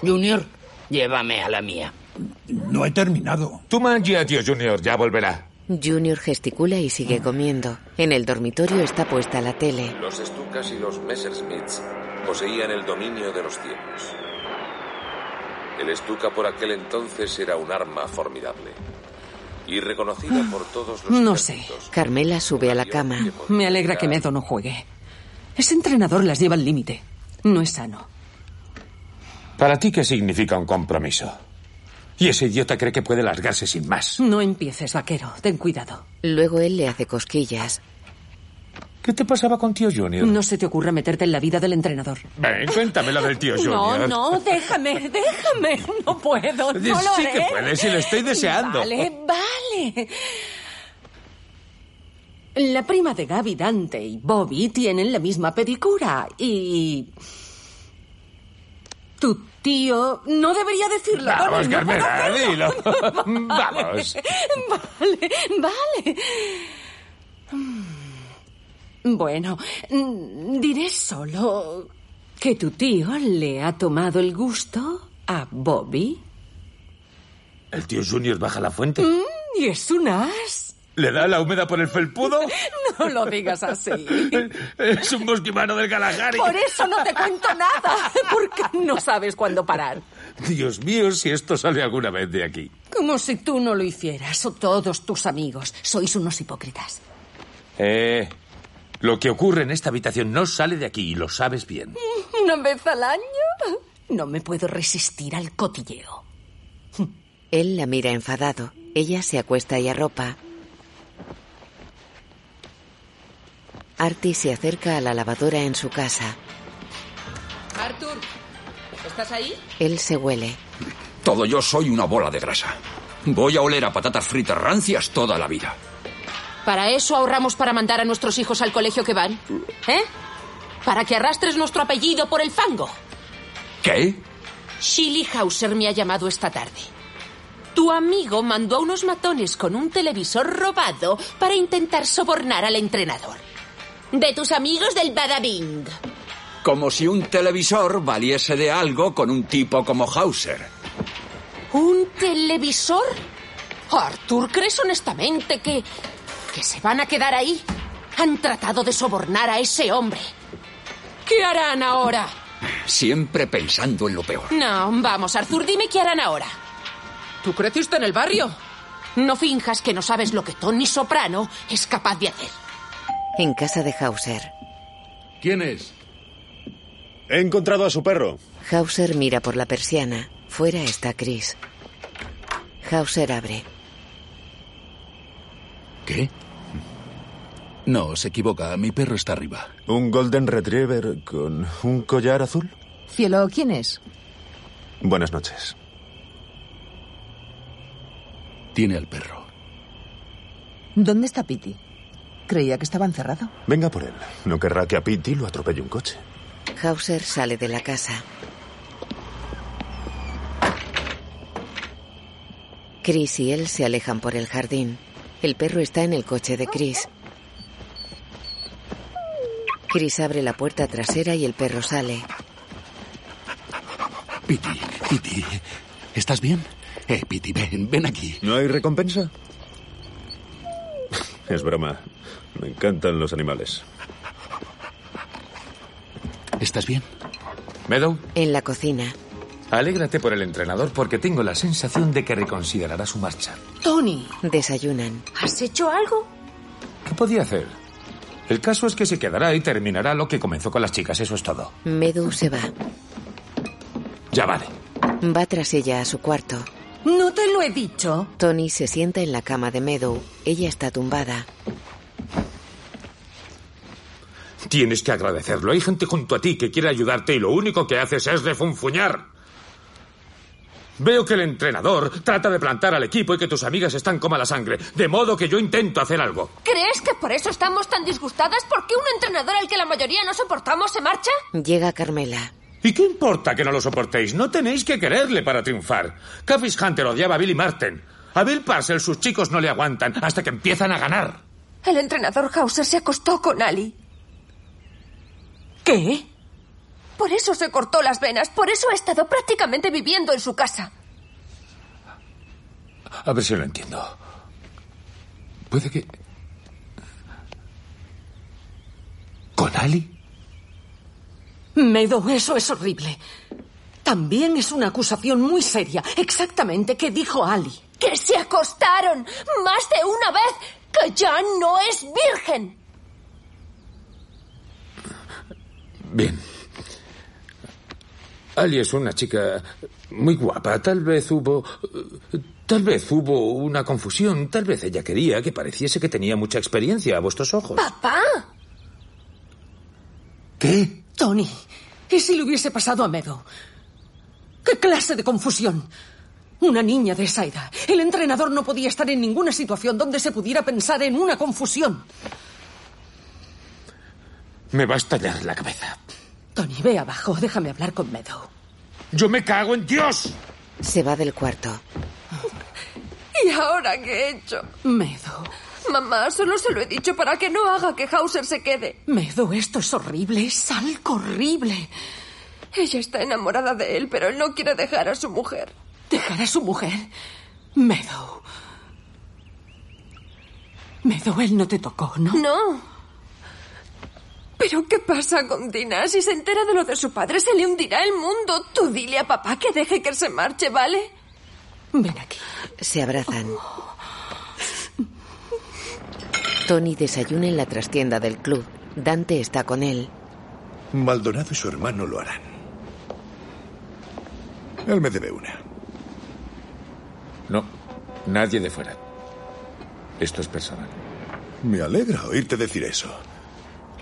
[SPEAKER 5] Junior, llévame a la mía.
[SPEAKER 6] No he terminado.
[SPEAKER 10] Tú mangia, tío Junior, ya volverá.
[SPEAKER 2] Junior gesticula y sigue comiendo. En el dormitorio está puesta la tele.
[SPEAKER 31] Los Stukas y los Messerschmitts poseían el dominio de los tiempos. El Stuka por aquel entonces era un arma formidable y reconocida por todos los.
[SPEAKER 15] No sé.
[SPEAKER 2] Carmela sube a la cama.
[SPEAKER 15] Me alegra que Medo no juegue. Ese entrenador las lleva al límite. No es sano.
[SPEAKER 10] ¿Para ti qué significa un compromiso? Y ese idiota cree que puede largarse sin más.
[SPEAKER 15] No empieces, vaquero. Ten cuidado.
[SPEAKER 2] Luego él le hace cosquillas.
[SPEAKER 10] ¿Qué te pasaba con tío Junior?
[SPEAKER 15] No se te ocurra meterte en la vida del entrenador.
[SPEAKER 10] Ven, cuéntame la del tío Junior.
[SPEAKER 15] No, no, déjame, déjame. No puedo, no
[SPEAKER 10] sí
[SPEAKER 15] lo haré.
[SPEAKER 10] que puedes y lo estoy deseando.
[SPEAKER 15] Vale, vale. La prima de Gaby, Dante y Bobby tienen la misma pedicura y... Tu tío. No debería decirlo.
[SPEAKER 10] Vamos,
[SPEAKER 15] no
[SPEAKER 10] Carmela,
[SPEAKER 15] puedo
[SPEAKER 10] dilo.
[SPEAKER 15] hacerlo. Vale,
[SPEAKER 10] Vamos.
[SPEAKER 15] Vale, vale. Bueno, mm, diré solo que tu tío le ha tomado el gusto a Bobby.
[SPEAKER 10] ¿El tío Junior baja la fuente?
[SPEAKER 15] Mm, Y es un as.
[SPEAKER 10] ¿Le da la húmeda por el felpudo?
[SPEAKER 15] No lo digas así.
[SPEAKER 10] Es un bosquimano del Kalahari.
[SPEAKER 15] Por eso no te cuento nada, porque no sabes cuándo parar.
[SPEAKER 10] Dios mío, si esto sale alguna vez de aquí.
[SPEAKER 15] Como si tú no lo hicieras, o todos tus amigos. Sois unos hipócritas.
[SPEAKER 10] Eh, lo que ocurre en esta habitación no sale de aquí y lo sabes bien.
[SPEAKER 15] ¿Una vez al año? No me puedo resistir al cotilleo.
[SPEAKER 2] Él la mira enfadado. Ella se acuesta y arropa. Artie se acerca a la lavadora en su casa.
[SPEAKER 8] Arthur, ¿estás ahí?
[SPEAKER 2] Él se huele.
[SPEAKER 3] Todo yo soy una bola de grasa. Voy a oler a patatas fritas rancias toda la vida.
[SPEAKER 8] ¿Para eso ahorramos para mandar a nuestros hijos al colegio que van? ¿Eh? ¿Para que arrastres nuestro apellido por el fango?
[SPEAKER 3] ¿Qué?
[SPEAKER 8] Shilly Hauser me ha llamado esta tarde. Tu amigo mandó a unos matones con un televisor robado para intentar sobornar al entrenador. De tus amigos del Badabing.
[SPEAKER 3] Como si un televisor valiese de algo con un tipo como Hauser.
[SPEAKER 8] ¿Un televisor? Arthur, ¿crees honestamente que. que se van a quedar ahí? Han tratado de sobornar a ese hombre. ¿Qué harán ahora?
[SPEAKER 3] Siempre pensando en lo peor.
[SPEAKER 8] No, vamos, Arthur, dime qué harán ahora. Tú creciste en el barrio. No finjas que no sabes lo que Tony Soprano es capaz de hacer.
[SPEAKER 2] En casa de Hauser.
[SPEAKER 32] ¿Quién es? He encontrado a su perro.
[SPEAKER 2] Hauser mira por la persiana. Fuera está Chris. Hauser abre.
[SPEAKER 33] ¿Qué? No, se equivoca. Mi perro está arriba.
[SPEAKER 7] ¿Un Golden Retriever con un collar azul?
[SPEAKER 17] Cielo, ¿quién es?
[SPEAKER 7] Buenas noches.
[SPEAKER 33] Tiene al perro.
[SPEAKER 17] ¿Dónde está Pity? Creía que estaba encerrado.
[SPEAKER 7] Venga por él. No querrá que a Pity lo atropelle un coche.
[SPEAKER 2] Hauser sale de la casa. Chris y él se alejan por el jardín. El perro está en el coche de Chris. Chris abre la puerta trasera y el perro sale.
[SPEAKER 33] Piti, Piti, ¿estás bien? Eh, Piti, ven, ven aquí.
[SPEAKER 7] ¿No hay recompensa? Es broma. Me encantan los animales.
[SPEAKER 33] ¿Estás bien?
[SPEAKER 10] Meadow,
[SPEAKER 2] En la cocina,
[SPEAKER 10] alégrate por el entrenador porque tengo la sensación de que reconsiderará su marcha.
[SPEAKER 2] Tony. Desayunan.
[SPEAKER 14] ¿Has hecho algo?
[SPEAKER 10] ¿Qué podía hacer? El caso es que se quedará y terminará lo que comenzó con las chicas, eso es todo.
[SPEAKER 2] Meadow se va.
[SPEAKER 10] Ya vale.
[SPEAKER 2] Va tras ella a su cuarto.
[SPEAKER 17] No te lo he dicho.
[SPEAKER 2] Tony se sienta en la cama de Meadow. Ella está tumbada.
[SPEAKER 10] Tienes que agradecerlo. Hay gente junto a ti que quiere ayudarte y lo único que haces es refunfuñar. Veo que el entrenador trata de plantar al equipo y que tus amigas están como a la sangre, de modo que yo intento hacer algo.
[SPEAKER 14] ¿Crees que por eso estamos tan disgustadas? ¿Porque un entrenador al que la mayoría no soportamos se marcha?
[SPEAKER 2] Llega Carmela.
[SPEAKER 10] ¿Y qué importa que no lo soportéis? No tenéis que quererle para triunfar. Cavis Hunter odiaba a Billy Martin. A Bill Parcel sus chicos no le aguantan hasta que empiezan a ganar.
[SPEAKER 14] El entrenador Hauser se acostó con Ali.
[SPEAKER 8] ¿Qué?
[SPEAKER 14] Por eso se cortó las venas, por eso ha estado prácticamente viviendo en su casa.
[SPEAKER 10] A ver si lo entiendo. Puede que... ¿Con Ali?
[SPEAKER 15] Medo, eso es horrible. También es una acusación muy seria. Exactamente qué dijo Ali.
[SPEAKER 14] ¡Que se acostaron más de una vez! ¡Que ya no es virgen!
[SPEAKER 10] Bien. Ali es una chica muy guapa. Tal vez hubo. Tal vez hubo una confusión. Tal vez ella quería que pareciese que tenía mucha experiencia a vuestros ojos.
[SPEAKER 14] ¡Papá!
[SPEAKER 10] ¿Qué?
[SPEAKER 15] Tony, ¿y si le hubiese pasado a Medo? ¿Qué clase de confusión? Una niña de esa edad. El entrenador no podía estar en ninguna situación donde se pudiera pensar en una confusión.
[SPEAKER 10] Me va a estallar la cabeza.
[SPEAKER 15] Tony, ve abajo. Déjame hablar con Meadow.
[SPEAKER 10] ¡Yo me cago en Dios!
[SPEAKER 2] Se va del cuarto.
[SPEAKER 14] ¿Y ahora qué he hecho?
[SPEAKER 15] Meadow,
[SPEAKER 14] Mamá, solo se lo he dicho para que no haga que Hauser se quede.
[SPEAKER 15] Meadow, esto es horrible. Es algo horrible.
[SPEAKER 14] Ella está enamorada de él, pero él no quiere dejar a su mujer.
[SPEAKER 15] ¿Dejar a su mujer? Meadow. Meadow, él no te tocó, ¿no?
[SPEAKER 14] No. ¿Pero qué pasa con Dina? Si se entera de lo de su padre, se le hundirá el mundo. Tú dile a papá que deje que él se marche, ¿vale?
[SPEAKER 15] Ven aquí.
[SPEAKER 2] Se abrazan. Tony desayuna en la trastienda del club. Dante está con él.
[SPEAKER 9] Maldonado y su hermano lo harán. Él me debe una.
[SPEAKER 10] No, nadie de fuera. Esto es personal.
[SPEAKER 9] Me alegra oírte decir eso.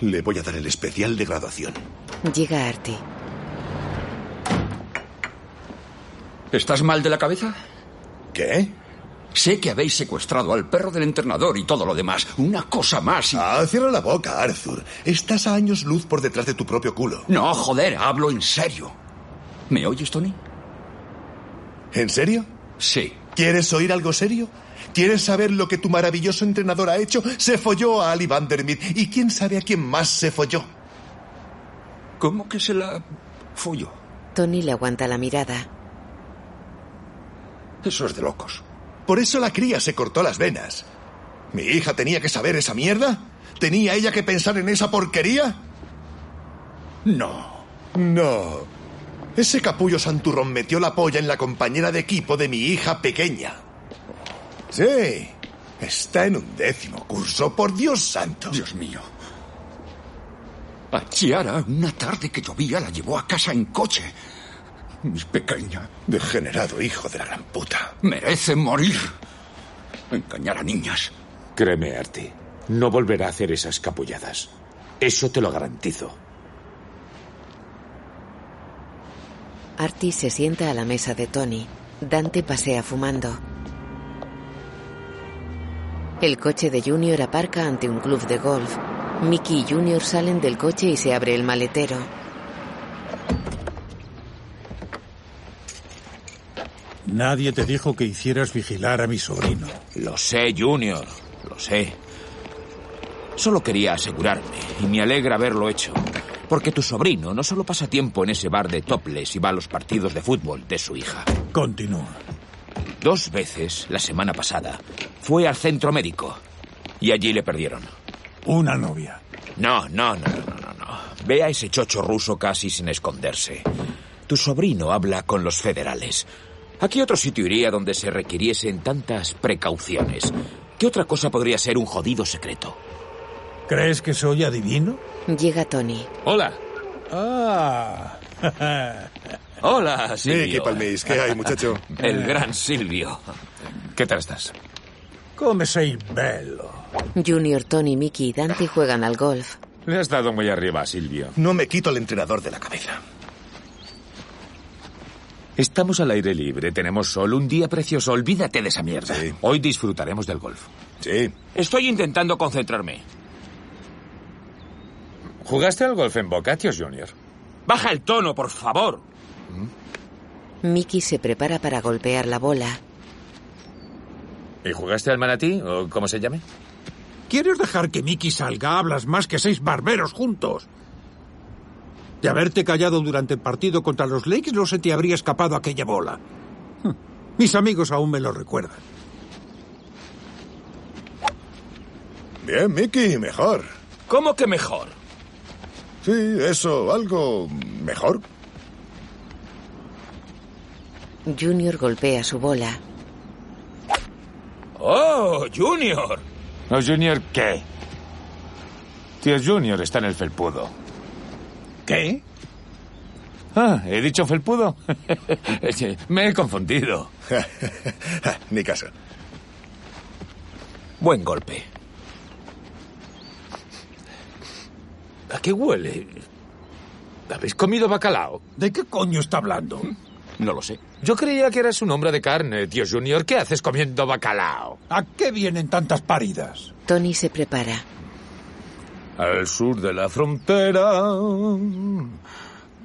[SPEAKER 9] Le voy a dar el especial de graduación.
[SPEAKER 2] Llega Artie.
[SPEAKER 3] ¿Estás mal de la cabeza?
[SPEAKER 9] ¿Qué?
[SPEAKER 3] Sé que habéis secuestrado al perro del entrenador y todo lo demás. Una cosa más y...
[SPEAKER 9] Ah, cierra la boca, Arthur. Estás a años luz por detrás de tu propio culo.
[SPEAKER 3] No, joder, hablo en serio. ¿Me oyes, Tony?
[SPEAKER 9] ¿En serio?
[SPEAKER 3] Sí.
[SPEAKER 9] ¿Quieres oír algo serio? ¿Quieres saber lo que tu maravilloso entrenador ha hecho? Se folló a Ali Vandermeer y quién sabe a quién más se folló.
[SPEAKER 3] ¿Cómo que se la folló?
[SPEAKER 2] Tony le aguanta la mirada.
[SPEAKER 3] Eso es de locos.
[SPEAKER 9] Por eso la cría se cortó las venas. ¿Mi hija tenía que saber esa mierda? ¿Tenía ella que pensar en esa porquería?
[SPEAKER 3] No.
[SPEAKER 9] No. Ese capullo santurrón metió la polla en la compañera de equipo de mi hija pequeña. Sí. Está en un décimo curso, por Dios santo.
[SPEAKER 3] Dios mío. A Chiara, una tarde que llovía, la llevó a casa en coche. Es pequeña.
[SPEAKER 9] Degenerado hijo de la gran puta.
[SPEAKER 3] Merece morir. Engañar a niñas.
[SPEAKER 10] Créeme, Artie. No volverá a hacer esas capulladas. Eso te lo garantizo.
[SPEAKER 2] Artie se sienta a la mesa de Tony. Dante pasea fumando. El coche de Junior aparca ante un club de golf. Mickey y Junior salen del coche y se abre el maletero.
[SPEAKER 6] Nadie te dijo que hicieras vigilar a mi sobrino.
[SPEAKER 1] Lo sé, Junior, lo sé. Solo quería asegurarme, y me alegra haberlo hecho. Porque tu sobrino no solo pasa tiempo en ese bar de topless y va a los partidos de fútbol de su hija.
[SPEAKER 6] Continúa.
[SPEAKER 1] Dos veces, la semana pasada, fue al centro médico. Y allí le perdieron.
[SPEAKER 6] Una novia.
[SPEAKER 1] No, no, no, no, no, no. Ve a ese chocho ruso casi sin esconderse. Tu sobrino habla con los federales. ¿A qué otro sitio iría donde se requiriesen tantas precauciones? ¿Qué otra cosa podría ser un jodido secreto?
[SPEAKER 6] ¿Crees que soy adivino?
[SPEAKER 2] Llega Tony.
[SPEAKER 1] Hola.
[SPEAKER 6] Ah.
[SPEAKER 1] Hola, Silvio.
[SPEAKER 9] Eh, qué palméis, ¿qué hay, muchacho?
[SPEAKER 1] El gran Silvio. ¿Qué tal estás?
[SPEAKER 6] Come sei bello.
[SPEAKER 2] Junior, Tony, Mickey y Dante juegan al golf.
[SPEAKER 10] Le has dado muy arriba a Silvio.
[SPEAKER 9] No me quito el entrenador de la cabeza.
[SPEAKER 10] Estamos al aire libre, tenemos sol, un día precioso. Olvídate de esa mierda.
[SPEAKER 9] Sí.
[SPEAKER 10] Hoy disfrutaremos del golf.
[SPEAKER 9] Sí.
[SPEAKER 1] Estoy intentando concentrarme.
[SPEAKER 10] ¿Jugaste al golf en Bocatios, Junior?
[SPEAKER 1] Baja el tono, por favor.
[SPEAKER 2] Mickey se prepara para golpear la bola.
[SPEAKER 10] ¿Y jugaste al manatí o cómo se llame?
[SPEAKER 6] ¿Quieres dejar que Mickey salga? Hablas más que seis barberos juntos. De haberte callado durante el partido contra los Lakes, no se te habría escapado aquella bola. Hm, Mis amigos aún me lo recuerdan.
[SPEAKER 9] Bien, Mickey, mejor.
[SPEAKER 1] ¿Cómo que mejor?
[SPEAKER 9] Sí, eso, algo mejor.
[SPEAKER 2] Junior golpea su bola.
[SPEAKER 1] ¡Oh, Junior!
[SPEAKER 10] ¿No, Junior qué? Tío Junior está en el felpudo.
[SPEAKER 6] ¿Qué?
[SPEAKER 10] Ah, ¿he dicho felpudo? Me he confundido.
[SPEAKER 9] Ni caso.
[SPEAKER 1] Buen golpe.
[SPEAKER 10] ¿A qué huele? ¿Habéis comido bacalao?
[SPEAKER 6] ¿De qué coño está hablando?
[SPEAKER 1] No lo sé.
[SPEAKER 10] Yo creía que eras un hombre de carne, tío Junior. ¿Qué haces comiendo bacalao?
[SPEAKER 6] ¿A qué vienen tantas paridas?
[SPEAKER 2] Tony se prepara.
[SPEAKER 10] Al sur de la frontera,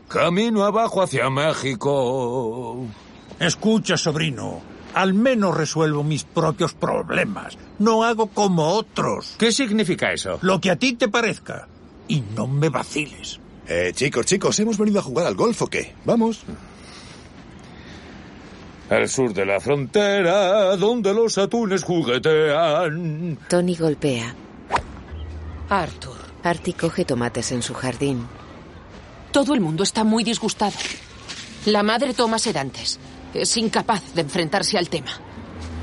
[SPEAKER 10] camino abajo hacia México.
[SPEAKER 6] Escucha, sobrino. Al menos resuelvo mis propios problemas. No hago como otros.
[SPEAKER 10] ¿Qué significa eso?
[SPEAKER 6] Lo que a ti te parezca. Y no me vaciles.
[SPEAKER 9] Eh, chicos, chicos, ¿hemos venido a jugar al golf o qué? Vamos.
[SPEAKER 10] Al sur de la frontera, donde los atunes juguetean.
[SPEAKER 2] Tony golpea.
[SPEAKER 8] Arthur.
[SPEAKER 2] Artie coge tomates en su jardín.
[SPEAKER 8] Todo el mundo está muy disgustado. La madre toma sedantes. Es incapaz de enfrentarse al tema.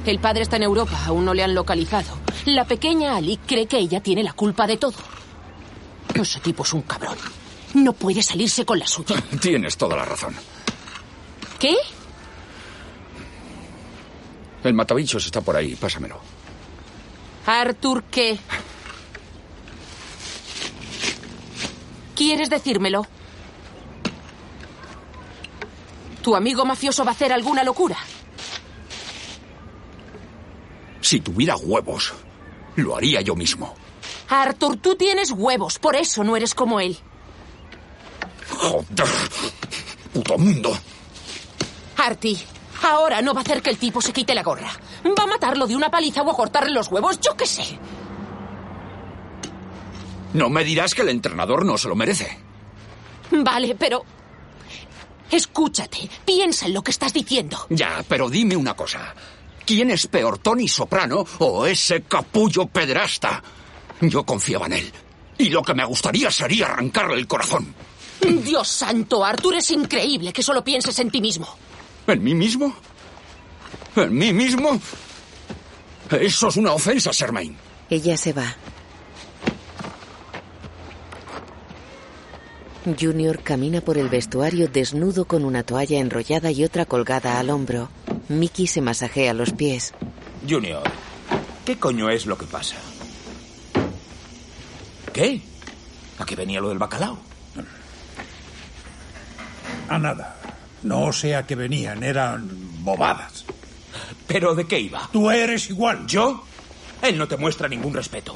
[SPEAKER 8] El padre está en Europa, aún no le han localizado. La pequeña Ali cree que ella tiene la culpa de todo. Ese tipo es un cabrón. No puede salirse con la suya.
[SPEAKER 3] Tienes toda la razón.
[SPEAKER 8] ¿Qué?
[SPEAKER 3] El matabichos está por ahí, pásamelo.
[SPEAKER 8] Arthur, ¿qué? ¿Quieres decírmelo? ¿Tu amigo mafioso va a hacer alguna locura?
[SPEAKER 3] Si tuviera huevos, lo haría yo mismo.
[SPEAKER 8] Arthur, tú tienes huevos, por eso no eres como él.
[SPEAKER 3] Joder, puto mundo.
[SPEAKER 8] Artie, ahora no va a hacer que el tipo se quite la gorra. Va a matarlo de una paliza o a cortarle los huevos, yo qué sé.
[SPEAKER 3] No me dirás que el entrenador no se lo merece.
[SPEAKER 8] Vale, pero... Escúchate, piensa en lo que estás diciendo.
[SPEAKER 3] Ya, pero dime una cosa. ¿Quién es peor, Tony Soprano o ese capullo pedrasta? Yo confiaba en él. Y lo que me gustaría sería arrancarle el corazón.
[SPEAKER 8] Dios santo, Arthur, es increíble que solo pienses en ti mismo.
[SPEAKER 3] ¿En mí mismo? ¿En mí mismo? Eso es una ofensa, Sermain.
[SPEAKER 2] Ella se va. Junior camina por el vestuario desnudo con una toalla enrollada y otra colgada al hombro. Mickey se masajea los pies.
[SPEAKER 1] Junior, ¿qué coño es lo que pasa? ¿Qué? ¿A qué venía lo del bacalao?
[SPEAKER 6] A nada. No sé a qué venían, eran bobadas.
[SPEAKER 1] ¿Pero de qué iba?
[SPEAKER 6] Tú eres igual.
[SPEAKER 1] ¿Yo? Él no te muestra ningún respeto.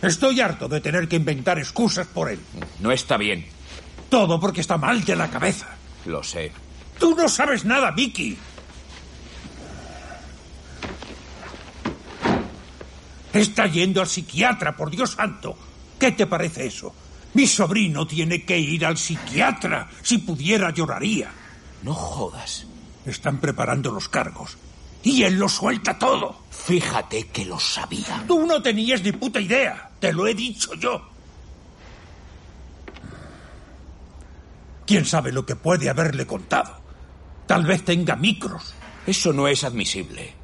[SPEAKER 6] Estoy harto de tener que inventar excusas por él.
[SPEAKER 1] No está bien.
[SPEAKER 6] Todo porque está mal de la cabeza.
[SPEAKER 1] Lo sé.
[SPEAKER 6] Tú no sabes nada, Vicky. Está yendo al psiquiatra, por Dios santo. ¿Qué te parece eso? Mi sobrino tiene que ir al psiquiatra. Si pudiera, lloraría.
[SPEAKER 1] No jodas.
[SPEAKER 6] Están preparando los cargos. Y él lo suelta todo.
[SPEAKER 1] Fíjate que lo sabía.
[SPEAKER 6] Tú no tenías ni puta idea. Te lo he dicho yo. ¿Quién sabe lo que puede haberle contado? Tal vez tenga micros.
[SPEAKER 1] Eso no es admisible.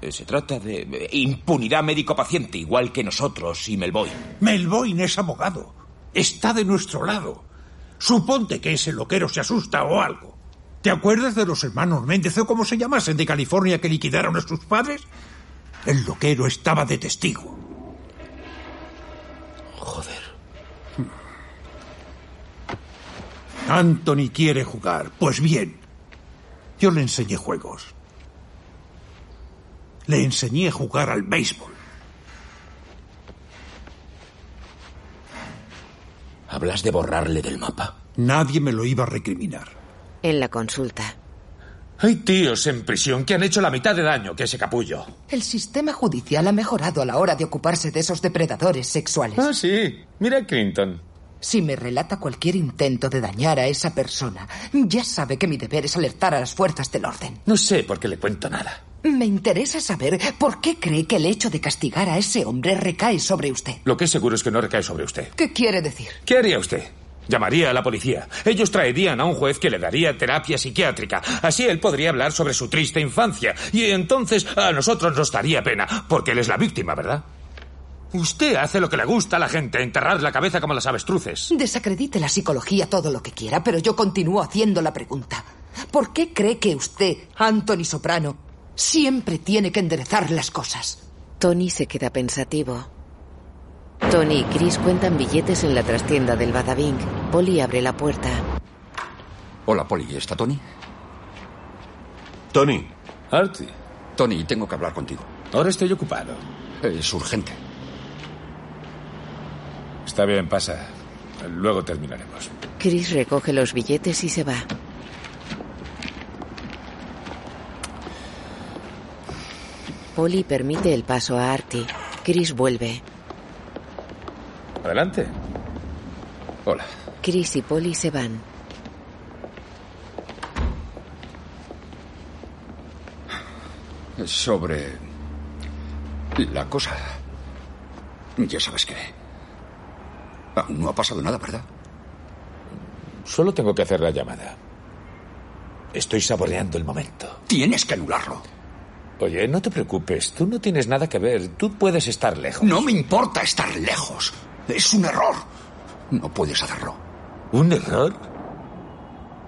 [SPEAKER 1] Eh, Se trata de impunidad médico-paciente, igual que nosotros y Melboin.
[SPEAKER 6] Melboin es abogado. Está de nuestro lado. Suponte que ese loquero se asusta o algo. ¿Te acuerdas de los hermanos Méndez o cómo se llamasen de California que liquidaron a sus padres? El loquero estaba de testigo.
[SPEAKER 1] Joder.
[SPEAKER 6] Anthony quiere jugar. Pues bien, yo le enseñé juegos. Le enseñé a jugar al béisbol.
[SPEAKER 1] ¿Hablas de borrarle del mapa?
[SPEAKER 6] Nadie me lo iba a recriminar.
[SPEAKER 2] En la consulta.
[SPEAKER 10] Hay tíos en prisión que han hecho la mitad de daño que ese capullo.
[SPEAKER 17] El sistema judicial ha mejorado a la hora de ocuparse de esos depredadores sexuales.
[SPEAKER 10] Ah, sí. Mira a Clinton.
[SPEAKER 17] Si me relata cualquier intento de dañar a esa persona, ya sabe que mi deber es alertar a las fuerzas del orden.
[SPEAKER 10] No sé por qué le cuento nada.
[SPEAKER 17] Me interesa saber por qué cree que el hecho de castigar a ese hombre recae sobre usted.
[SPEAKER 10] Lo que es seguro es que no recae sobre usted.
[SPEAKER 17] ¿Qué quiere decir?
[SPEAKER 10] ¿Qué haría usted? Llamaría a la policía. Ellos traerían a un juez que le daría terapia psiquiátrica. Así él podría hablar sobre su triste infancia. Y entonces a nosotros nos daría pena, porque él es la víctima, ¿verdad? Usted hace lo que le gusta a la gente, enterrar la cabeza como las avestruces.
[SPEAKER 17] Desacredite la psicología todo lo que quiera, pero yo continúo haciendo la pregunta. ¿Por qué cree que usted, Anthony Soprano, siempre tiene que enderezar las cosas?
[SPEAKER 2] Tony se queda pensativo. Tony y Chris cuentan billetes en la trastienda del Badabing. Polly abre la puerta.
[SPEAKER 3] Hola, Polly. ¿Está Tony?
[SPEAKER 34] Tony.
[SPEAKER 10] Artie.
[SPEAKER 3] Tony, tengo que hablar contigo.
[SPEAKER 10] Ahora estoy ocupado.
[SPEAKER 3] Es urgente.
[SPEAKER 10] Está bien, pasa. Luego terminaremos.
[SPEAKER 2] Chris recoge los billetes y se va. Polly permite el paso a Artie. Chris vuelve.
[SPEAKER 10] Adelante. Hola.
[SPEAKER 2] Chris y Polly se van.
[SPEAKER 3] Sobre la cosa. Ya sabes qué. Aún no ha pasado nada, ¿verdad?
[SPEAKER 10] Solo tengo que hacer la llamada. Estoy saboreando el momento.
[SPEAKER 3] Tienes que anularlo.
[SPEAKER 10] Oye, no te preocupes. Tú no tienes nada que ver. Tú puedes estar lejos.
[SPEAKER 3] No me importa estar lejos. Es un error. No puedes hacerlo.
[SPEAKER 10] ¿Un error?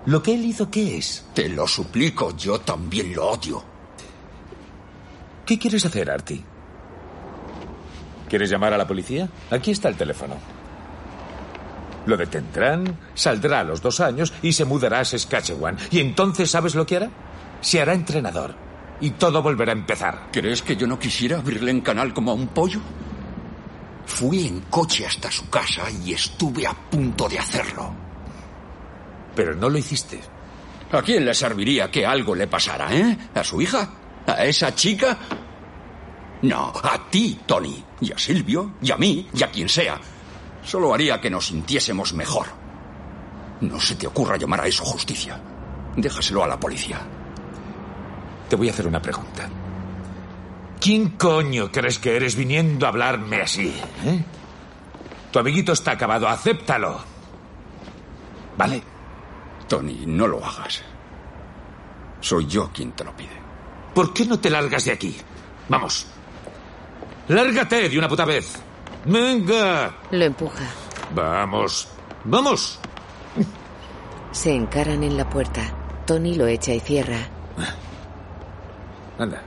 [SPEAKER 10] ¿Lo que él hizo qué es?
[SPEAKER 3] Te lo suplico. Yo también lo odio.
[SPEAKER 10] ¿Qué quieres hacer, Artie? ¿Quieres llamar a la policía? Aquí está el teléfono. Lo detendrán, saldrá a los dos años y se mudará a Saskatchewan. ¿Y entonces sabes lo que hará? Se hará entrenador. y todo volverá a empezar.
[SPEAKER 3] ¿Crees que yo no quisiera abrirle en canal como a un pollo? Fui en coche hasta su casa y estuve a punto de hacerlo.
[SPEAKER 10] Pero no lo hiciste.
[SPEAKER 3] ¿A quién le serviría que algo le pasara, eh? ¿A su hija? ¿A esa chica? No, a ti, Tony, y a Silvio, y a mí, y a quien sea. Solo haría que nos sintiésemos mejor. No se te ocurra llamar a eso justicia. Déjaselo a la policía.
[SPEAKER 10] Te voy a hacer una pregunta. ¿Quién coño crees que eres viniendo a hablarme así? eh? Tu amiguito está acabado, acéptalo. ¿Vale?
[SPEAKER 3] Tony, no lo hagas. Soy yo quien te lo pide.
[SPEAKER 10] ¿Por qué no te largas de aquí? Vamos. Lárgate de una puta vez. Venga.
[SPEAKER 2] Lo empuja.
[SPEAKER 10] Vamos. Vamos.
[SPEAKER 2] Se encaran en la puerta. Tony lo echa y cierra.
[SPEAKER 10] Anda.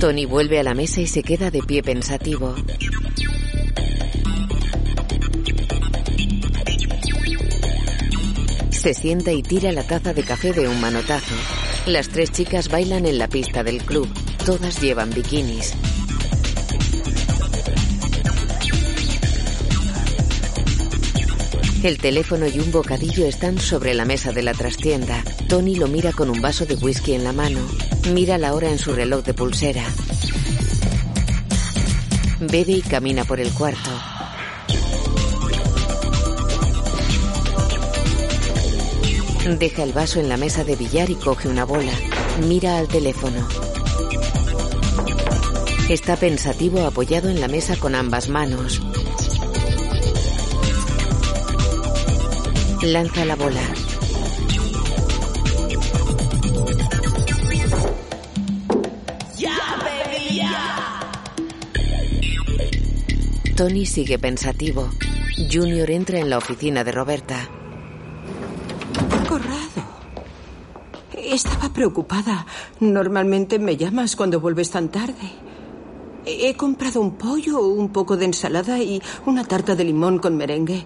[SPEAKER 2] Tony vuelve a la mesa y se queda de pie pensativo. Se sienta y tira la taza de café de un manotazo. Las tres chicas bailan en la pista del club. Todas llevan bikinis. El teléfono y un bocadillo están sobre la mesa de la trastienda. Tony lo mira con un vaso de whisky en la mano. Mira la hora en su reloj de pulsera. Bebe y camina por el cuarto. Deja el vaso en la mesa de billar y coge una bola. Mira al teléfono. Está pensativo apoyado en la mesa con ambas manos. Lanza la bola. Tony sigue pensativo. Junior entra en la oficina de Roberta.
[SPEAKER 18] Corrado. Estaba preocupada. Normalmente me llamas cuando vuelves tan tarde. He he comprado un pollo, un poco de ensalada y una tarta de limón con merengue.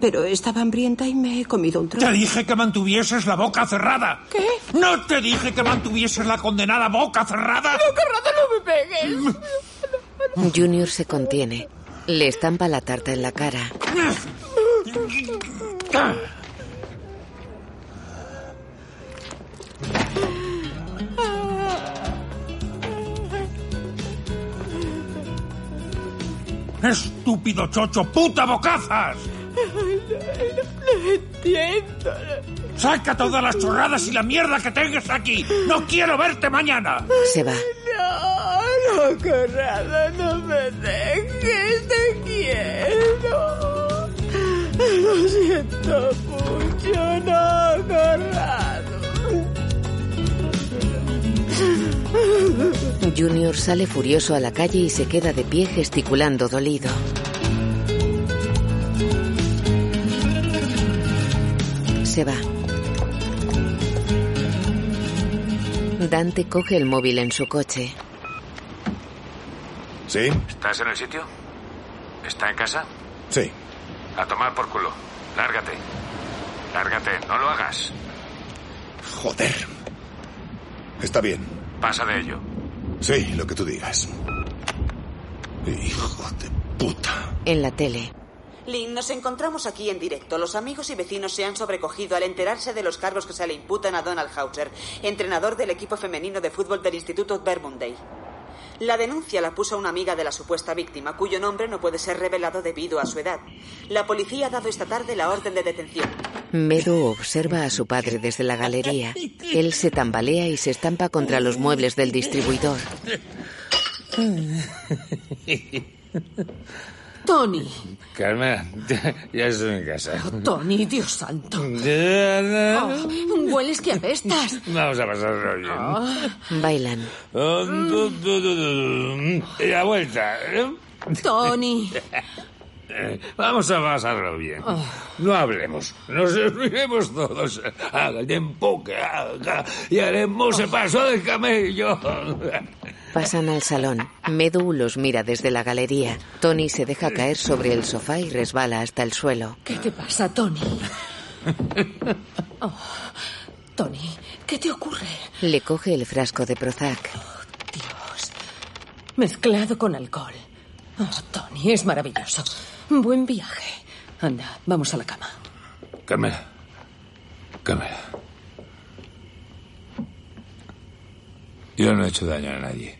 [SPEAKER 18] Pero estaba hambrienta y me he comido un trozo.
[SPEAKER 6] Te dije que mantuvieses la boca cerrada.
[SPEAKER 18] ¿Qué?
[SPEAKER 6] ¿No te dije que mantuvieses la condenada boca cerrada?
[SPEAKER 4] ¡Corrado, no me pegues!
[SPEAKER 2] Junior se contiene. Le estampa la tarta en la cara.
[SPEAKER 6] Estúpido chocho, puta bocazas.
[SPEAKER 4] No entiendo.
[SPEAKER 6] Saca todas las chorradas y la mierda que tengas aquí. No quiero verte mañana.
[SPEAKER 2] Se va.
[SPEAKER 4] No, no, Corrado, no me dejes, te quiero. Lo siento mucho, no, Corrado.
[SPEAKER 2] Junior sale furioso a la calle y se queda de pie gesticulando dolido. Se va. Dante coge el móvil en su coche.
[SPEAKER 34] ¿Sí?
[SPEAKER 10] ¿Estás en el sitio? ¿Está en casa?
[SPEAKER 34] Sí.
[SPEAKER 10] A tomar por culo. Lárgate. Lárgate, no lo hagas.
[SPEAKER 34] Joder. Está bien.
[SPEAKER 10] Pasa de ello.
[SPEAKER 34] Sí, lo que tú digas. Hijo de puta.
[SPEAKER 2] En la tele.
[SPEAKER 11] Lynn, nos encontramos aquí en directo. Los amigos y vecinos se han sobrecogido al enterarse de los cargos que se le imputan a Donald Hauser, entrenador del equipo femenino de fútbol del Instituto Vermundale. La denuncia la puso una amiga de la supuesta víctima, cuyo nombre no puede ser revelado debido a su edad. La policía ha dado esta tarde la orden de detención.
[SPEAKER 2] Medo observa a su padre desde la galería. Él se tambalea y se estampa contra los muebles del distribuidor.
[SPEAKER 15] Tony,
[SPEAKER 10] Calma, ya, estoy en casa.
[SPEAKER 15] Tony, Dios santo. Oh, hueles que apestas.
[SPEAKER 10] Vamos a pasarlo
[SPEAKER 15] Oh,
[SPEAKER 2] Bailan.
[SPEAKER 10] bien. Mm. La vuelta. ¿eh?
[SPEAKER 15] Tony.
[SPEAKER 10] Vamos a pasarlo bien. No hablemos. Nos serviremos todos. Haga el tiempo que haga. Y haremos el paso del camello.
[SPEAKER 2] Pasan al salón. Medu los mira desde la galería. Tony se deja caer sobre el sofá y resbala hasta el suelo.
[SPEAKER 15] ¿Qué te pasa, Tony? Oh, Tony, ¿qué te ocurre?
[SPEAKER 2] Le coge el frasco de Prozac.
[SPEAKER 15] Mezclado con alcohol. Oh, Tony, es maravilloso. Buen viaje. Anda, vamos a la cama.
[SPEAKER 10] Carmen. Carmen. Yo no he hecho daño a nadie.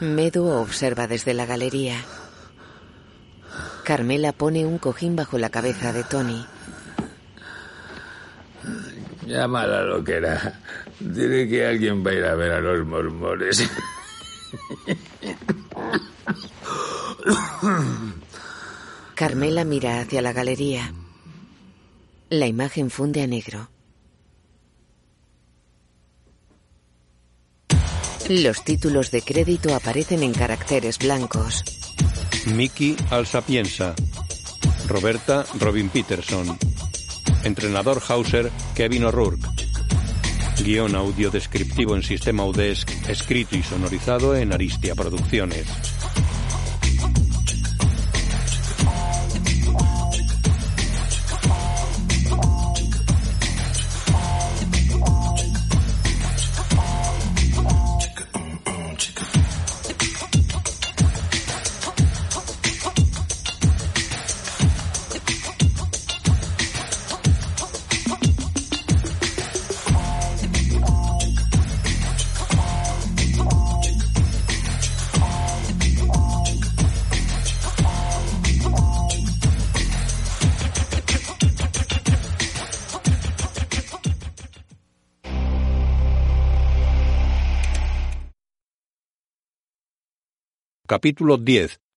[SPEAKER 2] Medu observa desde la galería. Carmela pone un cojín bajo la cabeza de Tony.
[SPEAKER 10] Llámala lo que era. Diré que alguien va a ir a ver a los mormones.
[SPEAKER 2] Carmela mira hacia la galería. La imagen funde a negro. Los títulos de crédito aparecen en caracteres blancos.
[SPEAKER 1] Mickey Alsapienza. Roberta Robin Peterson. Entrenador Hauser Kevin O'Rourke. Guión audio descriptivo en sistema UDESC, escrito y sonorizado en Aristia Producciones. Capítulo 10.